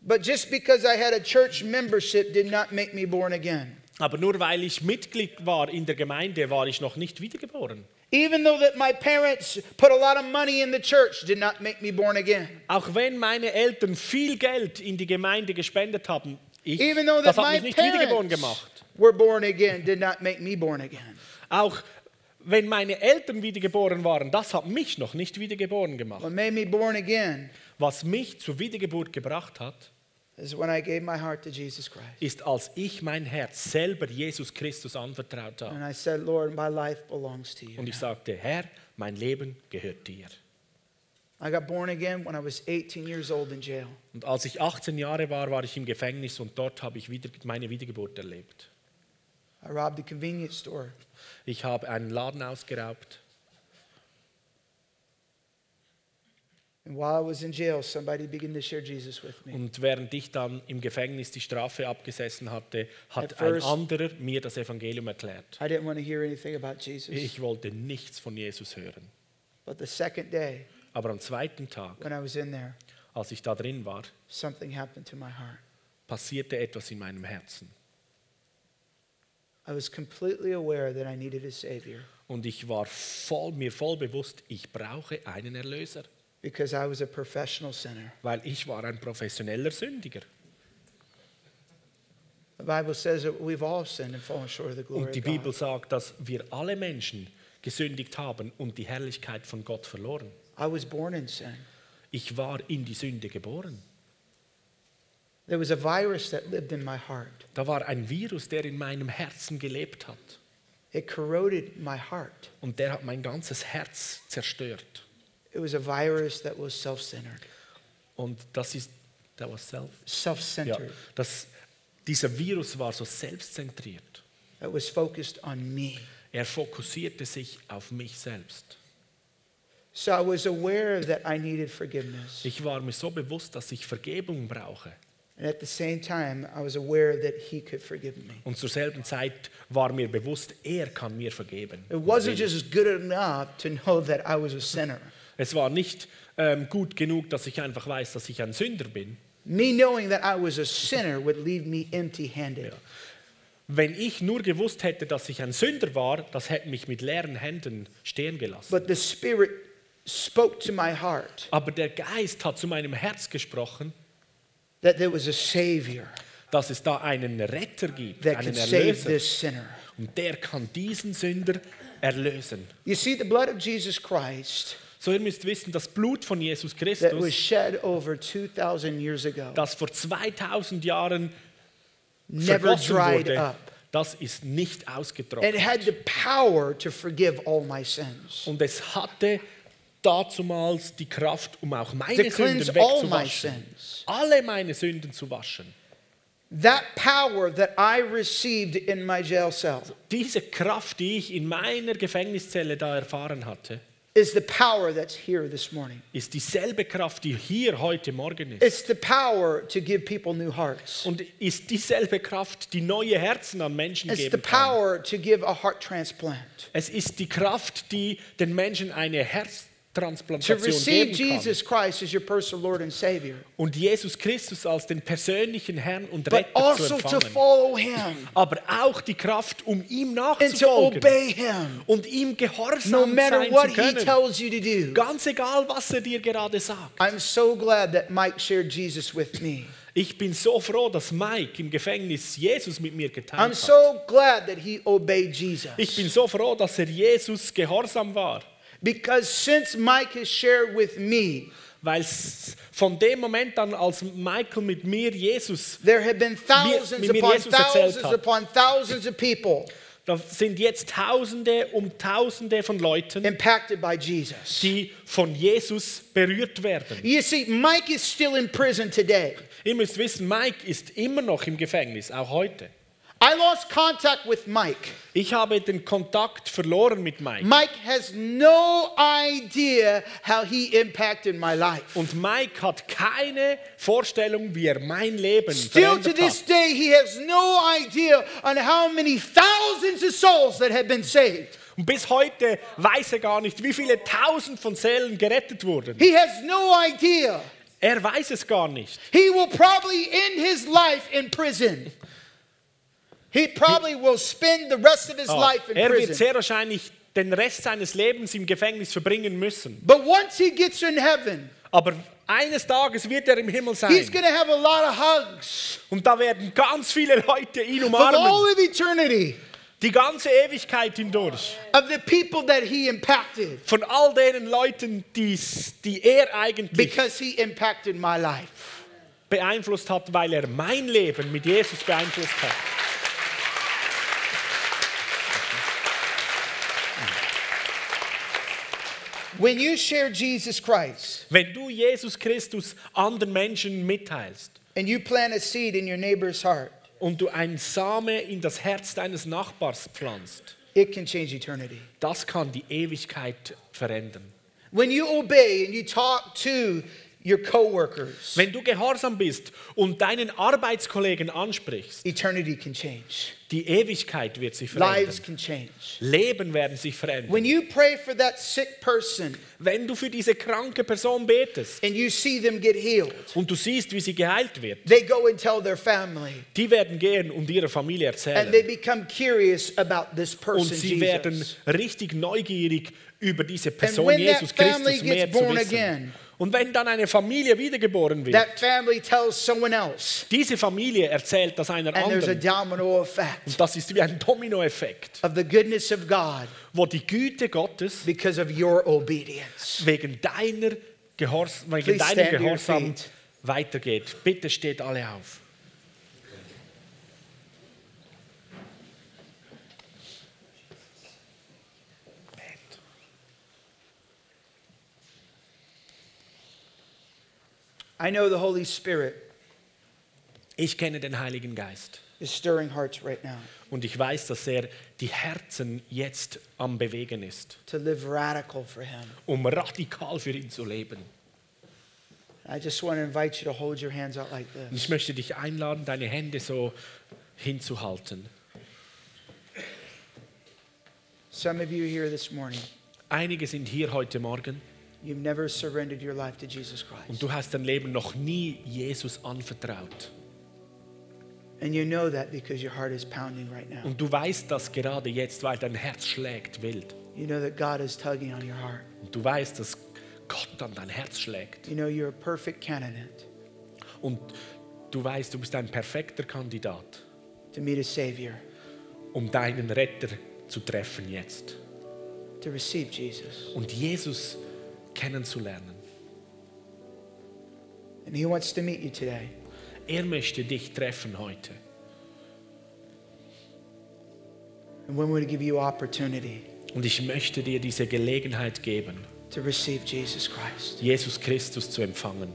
S2: But just because I had a church membership did not make me born again.
S1: Aber nur weil ich Mitglied war in der Gemeinde, war ich noch nicht wiedergeboren.
S2: Even though that my parents put a lot of money in the church did not make me born again.
S1: Auch wenn meine Eltern viel Geld in die Gemeinde gespendet haben, ich,
S2: Even though
S1: das
S2: that
S1: hat
S2: my
S1: mich nicht wiedergeboren
S2: parents
S1: gemacht.
S2: were born again did not make me born again.
S1: Auch wenn meine Eltern wiedergeboren waren, das hat mich noch nicht wiedergeboren gemacht.
S2: What made me born again
S1: Was mich zur Wiedergeburt gebracht hat,
S2: is when I gave my heart to Jesus Christ.
S1: ist, als ich mein Herz selber Jesus Christus anvertraut habe.
S2: And I said, Lord, my life belongs to you.
S1: Oh. Und ich sagte, Herr, mein Leben gehört dir.
S2: I got born again when I was 18 years old in jail.
S1: Und als ich 18 Jahre war, war ich im Gefängnis und dort habe ich wieder meine Wiedergeburt erlebt.
S2: I robbed a convenience store.
S1: Ich habe einen Laden ausgeraubt.
S2: And while I was in jail, somebody began to share Jesus with me.
S1: Und während ich dann im Gefängnis die Strafe abgesessen hatte,
S2: At
S1: hat ein
S2: first-
S1: anderer mir das Evangelium erklärt.
S2: I didn't want to hear anything about Jesus.
S1: Ich wollte nichts von Jesus hören.
S2: But the second day
S1: Aber am zweiten Tag,
S2: when I was in there,
S1: als ich da drin war,
S2: something happened to my heart.
S1: passierte etwas in meinem Herzen.
S2: I was completely aware that I needed a Savior
S1: Und ich war voll, mir voll bewusst, ich brauche einen Erlöser,
S2: because I was a professional sinner.
S1: weil ich war ein professioneller Sündiger.
S2: The Bible says that we've all sinned and fallen short of the glory
S1: Und die
S2: of God.
S1: Bibel sagt, dass wir alle Menschen gesündigt haben und die Herrlichkeit von Gott verloren.
S2: I was born in sin.
S1: Ich war in die Sünde geboren.
S2: There was a virus that lived in my heart.
S1: Da war ein Virus, der in meinem Herzen gelebt hat.
S2: It corroded my heart.
S1: Und der hat mein ganzes Herz zerstört.
S2: It was a virus that was self centered.
S1: Und das ist, that was self.
S2: Self
S1: Ja,
S2: centered.
S1: das, dieser Virus war so selbstzentriert.
S2: That was focused on me.
S1: Er fokussierte sich auf mich selbst.
S2: So I was aware that I needed forgiveness.
S1: Ich war mir so bewusst, dass ich Vergebung brauche.
S2: And at the same time, I was aware that He could forgive me.
S1: Und zur selben Zeit war mir bewusst, er kann mir vergeben.
S2: It wasn't just good enough to know that I was a sinner.
S1: Es war nicht ähm, gut genug, dass ich einfach weiß, dass ich ein Sünder bin.
S2: Me knowing that I was a sinner would leave me empty handed.
S1: Ja. Wenn ich nur gewusst hätte, dass ich ein Sünder war, das hätte mich mit leeren Händen stehen gelassen.
S2: But the Spirit spoke to my heart
S1: Aber der Geist hat zu meinem Herz gesprochen,
S2: that there was a Savior
S1: dass es da einen Retter gibt,
S2: that could
S1: einen
S2: save
S1: Erlöser.
S2: this sinner.
S1: Und der kann diesen Sünder erlösen.
S2: You see, the blood of Jesus Christ
S1: So, ihr müsst wissen, das Blut von Jesus
S2: that was
S1: Christus,
S2: shed over 2,000 years ago
S1: das vor 2000 Jahren
S2: never
S1: vergossen
S2: dried
S1: wurde,
S2: up.
S1: das ist nicht
S2: And it
S1: ausgetrocknet.
S2: had the power to forgive all my sins,
S1: Und es hatte dazumals die Kraft, um auch
S2: to
S1: meine Sünden
S2: cleanse all my
S1: wegzuwaschen.
S2: sins.
S1: Alle meine Sünden zu waschen.
S2: That power that I received in my jail cell
S1: Diese Kraft, die ich in meiner Gefängniszelle da erfahren hatte,
S2: is the power that's here this morning.
S1: ist dieselbe Kraft, die hier heute Morgen ist.
S2: It's the power to give people new hearts.
S1: Und ist dieselbe Kraft, die neue Herzen an Menschen
S2: It's the
S1: geben kann.
S2: power to give a heart transplant.
S1: Es ist die Kraft, die den Menschen eine
S2: To
S1: Herztransplantation
S2: receive
S1: geben kann.
S2: Jesus Christ as your personal Lord and Savior,
S1: Und Jesus Christus als den persönlichen Herrn und
S2: but
S1: Retter zu
S2: also to
S1: empfangen.
S2: follow Him
S1: Aber auch die Kraft, um ihm
S2: and to
S1: nachzufolgen
S2: obey Him,
S1: und ihm gehorsam
S2: no matter
S1: sein
S2: what
S1: zu
S2: He
S1: können.
S2: tells you to do.
S1: Ganz egal, was er dir gerade sagt.
S2: I'm so glad that Mike shared Jesus with me.
S1: Ich bin so froh, dass Mike im Gefängnis Jesus mit mir
S2: I'm
S1: geteilt hat.
S2: so glad that he obeyed
S1: Ich bin
S2: Jesus.
S1: so froh, dass er Jesus gehorsam war.
S2: Because since Mike has shared with me,
S1: Weil s- von dem Moment an, als Michael mit mir Jesus,
S2: there have been thousands
S1: mir
S2: upon
S1: Jesus erzählt
S2: thousands
S1: hat.
S2: upon thousands of people
S1: da sind jetzt Tausende um Tausende von Leuten,
S2: impacted by Jesus.
S1: die von Jesus berührt werden.
S2: You see, Mike is still in prison today.
S1: Ihr müsst wissen, Mike ist immer noch im Gefängnis, auch heute.
S2: I lost contact with Mike.
S1: Ich habe den Kontakt verloren mit Mike.
S2: Mike has no idea how he impacted my life.
S1: Und Mike hat keine Vorstellung, wie er mein Leben
S2: Still to
S1: verändert
S2: this
S1: hat.
S2: day, he has no idea on how many thousands of souls that have been saved.
S1: Und bis heute weiß er gar nicht, wie viele Tausend von Seelen gerettet wurden.
S2: He has no idea.
S1: Er weiß es gar nicht.
S2: He will probably end his life in prison. He probably will spend the rest of his
S1: Ah,
S2: life in
S1: er wird
S2: prison.
S1: sehr wahrscheinlich den Rest seines Lebens im Gefängnis verbringen müssen.
S2: But once he gets in heaven,
S1: Aber eines Tages wird er im Himmel
S2: he's
S1: sein.
S2: going to have a lot of hugs
S1: Und da werden ganz viele Leute ihn
S2: for all
S1: umarmen.
S2: of eternity
S1: Die ganze Ewigkeit hindurch.
S2: of the people that he impacted
S1: Von all denen Leuten, die's, die er eigentlich
S2: because he impacted my life.
S1: beeinflusst hat, weil er mein Leben mit Jesus beeinflusst hat.
S2: When you share Jesus Christ
S1: Wenn du Jesus Christus anderen Menschen mitteilst
S2: and you plant a seed in your neighbor's heart,
S1: und du einen Same in das Herz deines Nachbars pflanzt,
S2: it can change eternity.
S1: das kann die Ewigkeit verändern.
S2: When you obey and you talk to your coworkers,
S1: Wenn du gehorsam bist und deinen Arbeitskollegen ansprichst,
S2: eternity can change.
S1: die Ewigkeit wird sich verändern.
S2: Lives can change.
S1: Leben werden sich verändern.
S2: When you pray for that sick person
S1: Wenn du für diese kranke Person betest
S2: and you see them get healed,
S1: und du siehst, wie sie geheilt wird,
S2: they go and tell their family
S1: die werden gehen und ihrer Familie
S2: and
S1: erzählen.
S2: they become curious about this
S1: und
S2: person,
S1: sie werden
S2: Jesus.
S1: richtig neugierig über diese Person
S2: when that
S1: Jesus Christus
S2: family
S1: mehr
S2: gets
S1: zu
S2: born
S1: wissen.
S2: again,
S1: und wenn dann eine Familie wiedergeboren wird,
S2: That family tells someone else,
S1: diese Familie erzählt das einer
S2: and there's a
S1: anderen.
S2: domino effect
S1: Und das ist wie ein Dominoeffekt,
S2: of the goodness of God
S1: wo die Güte Gottes
S2: because of your obedience.
S1: wegen deiner Gehorsam, wegen
S2: Please
S1: deinem
S2: stand to your
S1: Gehorsam
S2: feet.
S1: weitergeht. Bitte steht alle auf.
S2: I know the Holy Spirit
S1: Ich kenne den Heiligen Geist
S2: is stirring hearts right now
S1: und ich weiß, dass er die Herzen jetzt am Bewegen ist,
S2: to live radical for Him.
S1: um radikal für ihn zu leben.
S2: I just want to invite you to hold your hands out like
S1: Und
S2: this.
S1: ich möchte dich einladen, deine Hände so hinzuhalten.
S2: Some of you here this morning,
S1: Einige sind hier heute Morgen
S2: you've never surrendered your life to Jesus
S1: und
S2: Christ.
S1: du hast dein Leben noch nie Jesus anvertraut.
S2: And you know that because your heart is pounding right now.
S1: Und du weißt das gerade jetzt, weil dein Herz schlägt wild.
S2: You know that God is tugging on your heart.
S1: Und du weißt, dass Gott an dein Herz schlägt.
S2: You know you're a perfect candidate
S1: Und du weißt, du bist ein perfekter Kandidat,
S2: to meet a Savior,
S1: um deinen Retter zu treffen jetzt.
S2: to receive Jesus.
S1: Und Jesus kennenzulernen.
S2: And He wants to meet you today.
S1: Er möchte dich treffen heute.
S2: And we want to give you opportunity
S1: Und ich möchte dir diese Gelegenheit geben,
S2: to receive Jesus Christ
S1: Jesus Christus zu empfangen.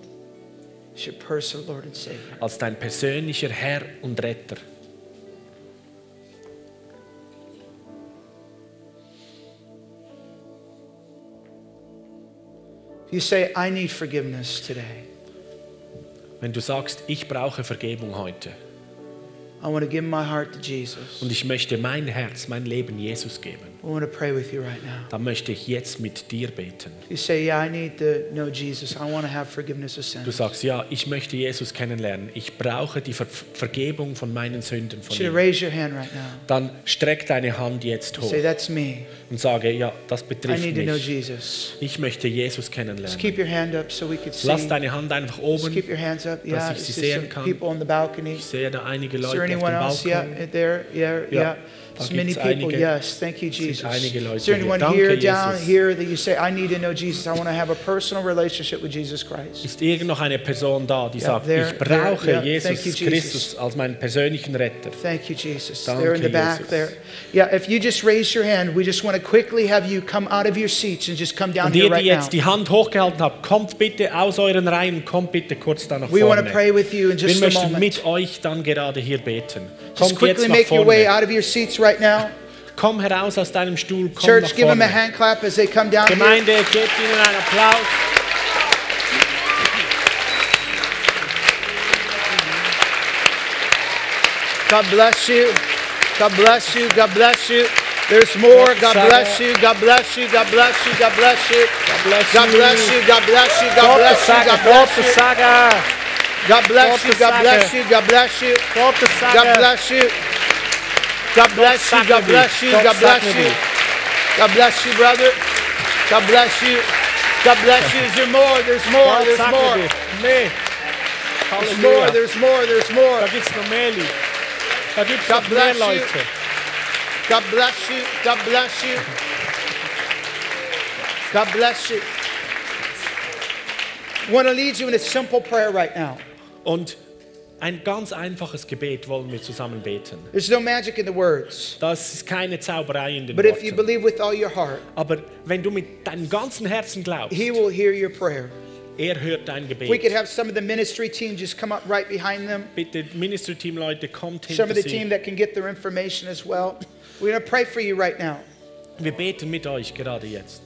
S2: as your personal Lord and Savior.
S1: als dein persönlicher Herr und Retter.
S2: If you say, I need forgiveness today,
S1: Wenn du sagst, ich brauche Vergebung heute
S2: I want to give my heart to Jesus.
S1: und ich möchte mein Herz, mein Leben Jesus geben,
S2: I want to pray with you right now.
S1: dann möchte ich jetzt mit dir beten.
S2: If you say, Yeah, I need to know Jesus, I want to have forgiveness of
S1: Du
S2: sins.
S1: sagst, ja, ich möchte Jesus kennenlernen. Ich brauche die Ver Vergebung von meinen Sünden
S2: You
S1: von
S2: should
S1: ihm.
S2: raise your hand right now.
S1: Dann streck deine Hand jetzt hoch
S2: Say, That's me.
S1: und sage, ja, das
S2: I
S1: betrifft
S2: need to know
S1: mich.
S2: Jesus.
S1: Ich möchte Jesus
S2: Just
S1: kennenlernen.
S2: keep your hand up so we could
S1: Lass
S2: see.
S1: deine Hand einfach
S2: Just
S1: oben.
S2: keep your hands up. Yeah,
S1: ich sie
S2: it's just
S1: sehen
S2: some
S1: kann.
S2: people on the balcony.
S1: Ich sehe da einige
S2: Is there
S1: Leute auf dem
S2: anyone else?
S1: Balkon.
S2: Yeah, uh, there, yeah, yeah.
S1: Ja, da
S2: There's many
S1: gibt's
S2: people.
S1: einige-
S2: yes, thank you,
S1: sind
S2: Jesus.
S1: einige Leute
S2: Is there
S1: hier.
S2: anyone
S1: Danke,
S2: here, down
S1: Jesus.
S2: here, that you say, I need to know Jesus. I want to have a personal relationship with Jesus Christ.
S1: Ist irgend noch eine Person da, die
S2: Ja,
S1: sagt,
S2: there,
S1: ich brauche
S2: there, yeah,
S1: Jesus
S2: thank you, Jesus.
S1: Christus als meinen persönlichen Retter?
S2: Thank you, Jesus.
S1: Danke,
S2: They're in the back
S1: Jesus.
S2: there. Yeah, if you just raise your hand, we just want to quickly have you come out of your seats and just come down
S1: Und ihr,
S2: here
S1: die
S2: right now.
S1: jetzt die Hand hochgehalten habt, kommt bitte aus euren Reihen, kommt bitte kurz da nach
S2: We want to
S1: vorne.
S2: pray with you in
S1: Wir
S2: just a
S1: möchten
S2: moment.
S1: mit euch dann gerade hier beten.
S2: Just
S1: Kommt jetzt
S2: quickly
S1: nach
S2: make your way
S1: vorne.
S2: out of your seats right now.
S1: Komm heraus aus deinem Stuhl, komm nach
S2: Church, give them a
S1: vorne.
S2: hand clap as they come down here.
S1: Gemeinde, gebt ihnen einen Applaus.
S2: God bless you. God bless you. God bless you. There's more. God bless you. God bless you. God bless you. God bless you. God bless you. God bless you. God
S1: Gottes
S2: bless you.
S1: Segen,
S2: God
S1: Gottes
S2: bless you.
S1: Segen,
S2: God bless you.
S1: Gottes
S2: God bless
S1: Segen.
S2: you. God bless you.
S1: Gottes
S2: God
S1: Segen.
S2: bless you. God bless you. God bless you. God bless you. God bless you, brother. God bless you. God bless you. Is there more? There's more.
S1: Gott
S2: There's
S1: segne
S2: more.
S1: dich. Nee.
S2: There's more.
S1: Halleluja.
S2: There's more. There's more.
S1: Da gibt es noch mehr Leute. Da gibt es
S2: God
S1: noch mehr
S2: bless you.
S1: Leute.
S2: God bless you. God bless you. God bless you. Want to lead you in a simple prayer right now.
S1: Und ein ganz einfaches Gebet wollen wir zusammen beten.
S2: There's no magic in the words.
S1: Das ist keine Zauberei in den
S2: But if you
S1: Worten.
S2: believe with all your heart,
S1: Aber wenn du mit deinem ganzen Herzen glaubst,
S2: He will hear your prayer.
S1: er hört dein
S2: If we could
S1: Gebet.
S2: have some of the ministry team just come up right behind them,
S1: Bitte, Ministry-Team-Leute, kommt
S2: some
S1: hinter
S2: of the team
S1: sie.
S2: that can get their information as well. We're going to pray for you right now.
S1: Wir beten mit euch gerade jetzt.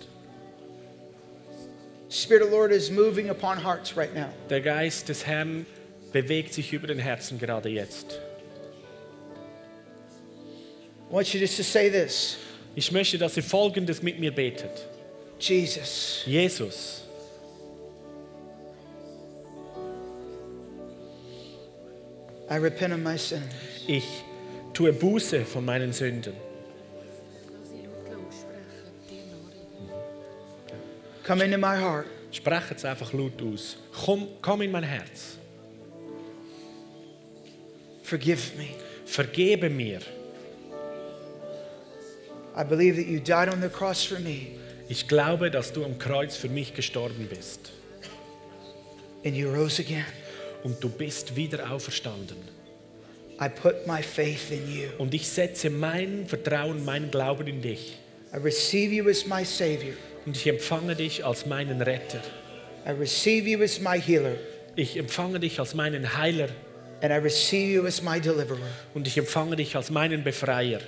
S2: Spirit of the Lord is moving upon hearts right now.
S1: Der Geist des Herrn bewegt sich über den Herzen gerade jetzt.
S2: I want you just to say this
S1: Ich möchte, dass ihr Folgendes mit mir betet.
S2: Jesus,
S1: Jesus,
S2: I repent of my sins.
S1: ich tue Buße von meinen Sünden.
S2: Come into my heart.
S1: Spreche es einfach laut aus. Komm, komm in mein Herz.
S2: Forgive me.
S1: Vergebe mir.
S2: I believe that you died on the cross for me
S1: Ich glaube, dass du am Kreuz für mich gestorben bist
S2: and you rose again.
S1: und du bist wieder auferstanden.
S2: I put my faith in you.
S1: Und ich setze mein Vertrauen, meinen Glauben in dich.
S2: I receive you as my Savior.
S1: Und ich empfange dich als meinen Retter.
S2: I receive you as my healer.
S1: Ich empfange dich als meinen Heiler.
S2: And I receive you as my deliverer.
S1: Und ich empfange dich als meinen Befreier.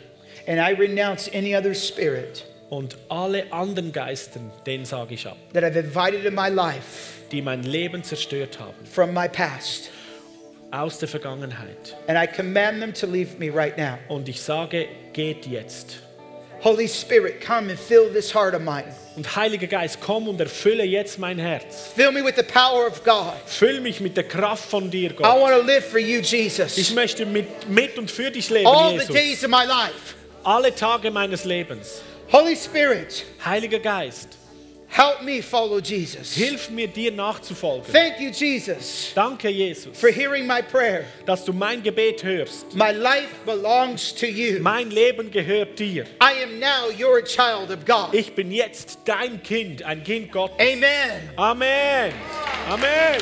S2: And I renounce any other spirit
S1: Und alle anderen Geistern, denen sage ich ab,
S2: that I've invited in my life
S1: die mein Leben zerstört haben,
S2: from my past.
S1: aus der Vergangenheit.
S2: And I command them to leave me right now.
S1: Und ich sage, geht jetzt.
S2: Holy Spirit, come and fill this heart of mine.
S1: Und Heiliger Geist, komm und erfülle jetzt mein Herz.
S2: Fill me with the power of God.
S1: Füll mich mit der Kraft von dir,
S2: I
S1: Gott.
S2: want to live for you,
S1: Ich
S2: Jesus,
S1: möchte mit, mit und für dich leben,
S2: all the
S1: Jesus.
S2: days of my life.
S1: Alle Tage meines Lebens.
S2: Holy Spirit,
S1: Heiliger Geist,
S2: help me follow Jesus.
S1: hilf mir, dir nachzufolgen.
S2: Thank you, Jesus,
S1: Danke, Jesus,
S2: for hearing my prayer.
S1: dass du mein Gebet hörst.
S2: My life belongs to you.
S1: Mein Leben gehört dir.
S2: I am now your child of God.
S1: Ich bin jetzt dein Kind, ein Kind Gottes.
S2: Amen.
S1: Amen. Amen.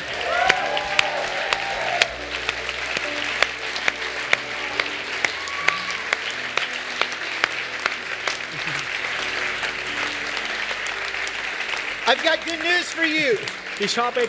S2: I've got good news for you.
S1: Ich habe,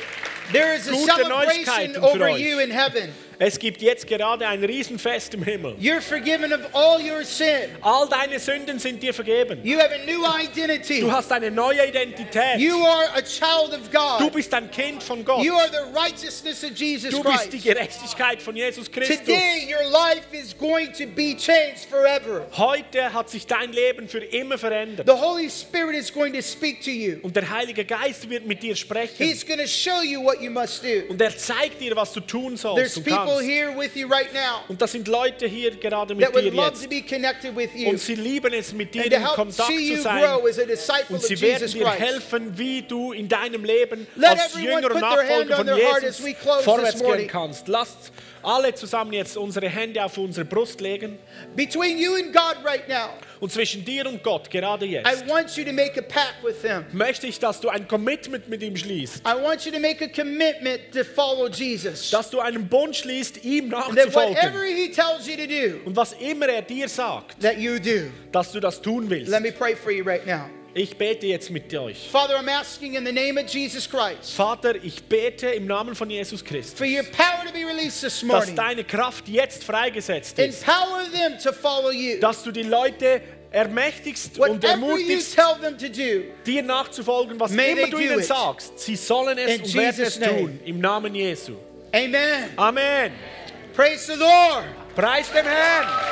S2: There is a
S1: Gute
S2: celebration
S1: Neuigkeiten
S2: over
S1: für euch.
S2: you in heaven.
S1: es gibt jetzt gerade ein Riesenfest im Himmel.
S2: You're forgiven of all your sin.
S1: All deine Sünden sind dir vergeben.
S2: You have a new identity.
S1: Du hast eine neue Identität.
S2: You are a child of
S1: Du
S2: God.
S1: bist ein Kind von Gott.
S2: You are the righteousness of Jesus
S1: Du bist die
S2: Christ.
S1: Gerechtigkeit von Jesus Christus.
S2: Today, your life is going to be changed forever.
S1: Heute hat sich dein Leben für immer verändert.
S2: The Holy Spirit is going to speak to you.
S1: Und der Heilige Geist wird mit dir sprechen.
S2: He's going to show you what you must do.
S1: Und er zeigt dir, was du tun sollst
S2: There's
S1: und
S2: people
S1: kannst.
S2: here with you right now
S1: Und das sind Leute hier gerade
S2: that
S1: mit dir
S2: would love to
S1: jetzt.
S2: be connected with you
S1: Und sie lieben es, mit dir
S2: and to
S1: in
S2: help
S1: Kontakt
S2: see
S1: zu
S2: you
S1: sein.
S2: grow as a disciple
S1: Und
S2: of
S1: sie werden
S2: Jesus
S1: dir
S2: Christ.
S1: helfen, wie du in deinem Leben
S2: Let
S1: als
S2: everyone
S1: jünger und
S2: put their hand
S1: Nachfolger
S2: on
S1: von
S2: their heart as we close
S1: Jesus
S2: this
S1: vorwärts
S2: morning.
S1: gehen kannst. Lasst alle zusammen jetzt unsere Hände auf unsere Brust legen.
S2: Between you and God right now,
S1: Und zwischen dir und Gott, gerade
S2: I
S1: jetzt,
S2: want you to make a pact with Him.
S1: möchte ich, dass du ein Commitment mit ihm schließt.
S2: I want you to make a commitment to follow Jesus.
S1: Dass du einen Bund schließt, ihm
S2: That
S1: nachzufolgen.
S2: whatever He tells you to do,
S1: Und was immer er dir sagt,
S2: that you do.
S1: dass du das tun willst.
S2: Let me pray for you right now.
S1: Ich bete jetzt mit euch.
S2: Father, I'm asking in the name of Jesus Christ
S1: Vater, ich bete im Namen von Jesus Christus,
S2: for your power to be released this
S1: dass
S2: morning.
S1: deine Kraft jetzt freigesetzt ist.
S2: Empower them to follow you.
S1: Dass du die Leute ermächtigst und
S2: Whatever you
S1: ermutigst,
S2: tell them to do,
S1: dir nachzufolgen, was
S2: May
S1: immer
S2: they
S1: du
S2: do
S1: ihnen
S2: it.
S1: sagst. Sie sollen es
S2: In
S1: und werden
S2: Jesus'
S1: es
S2: name.
S1: tun. Im Namen Jesu.
S2: amen.
S1: Amen.
S2: Praise the Lord.
S1: Preis dem Herrn.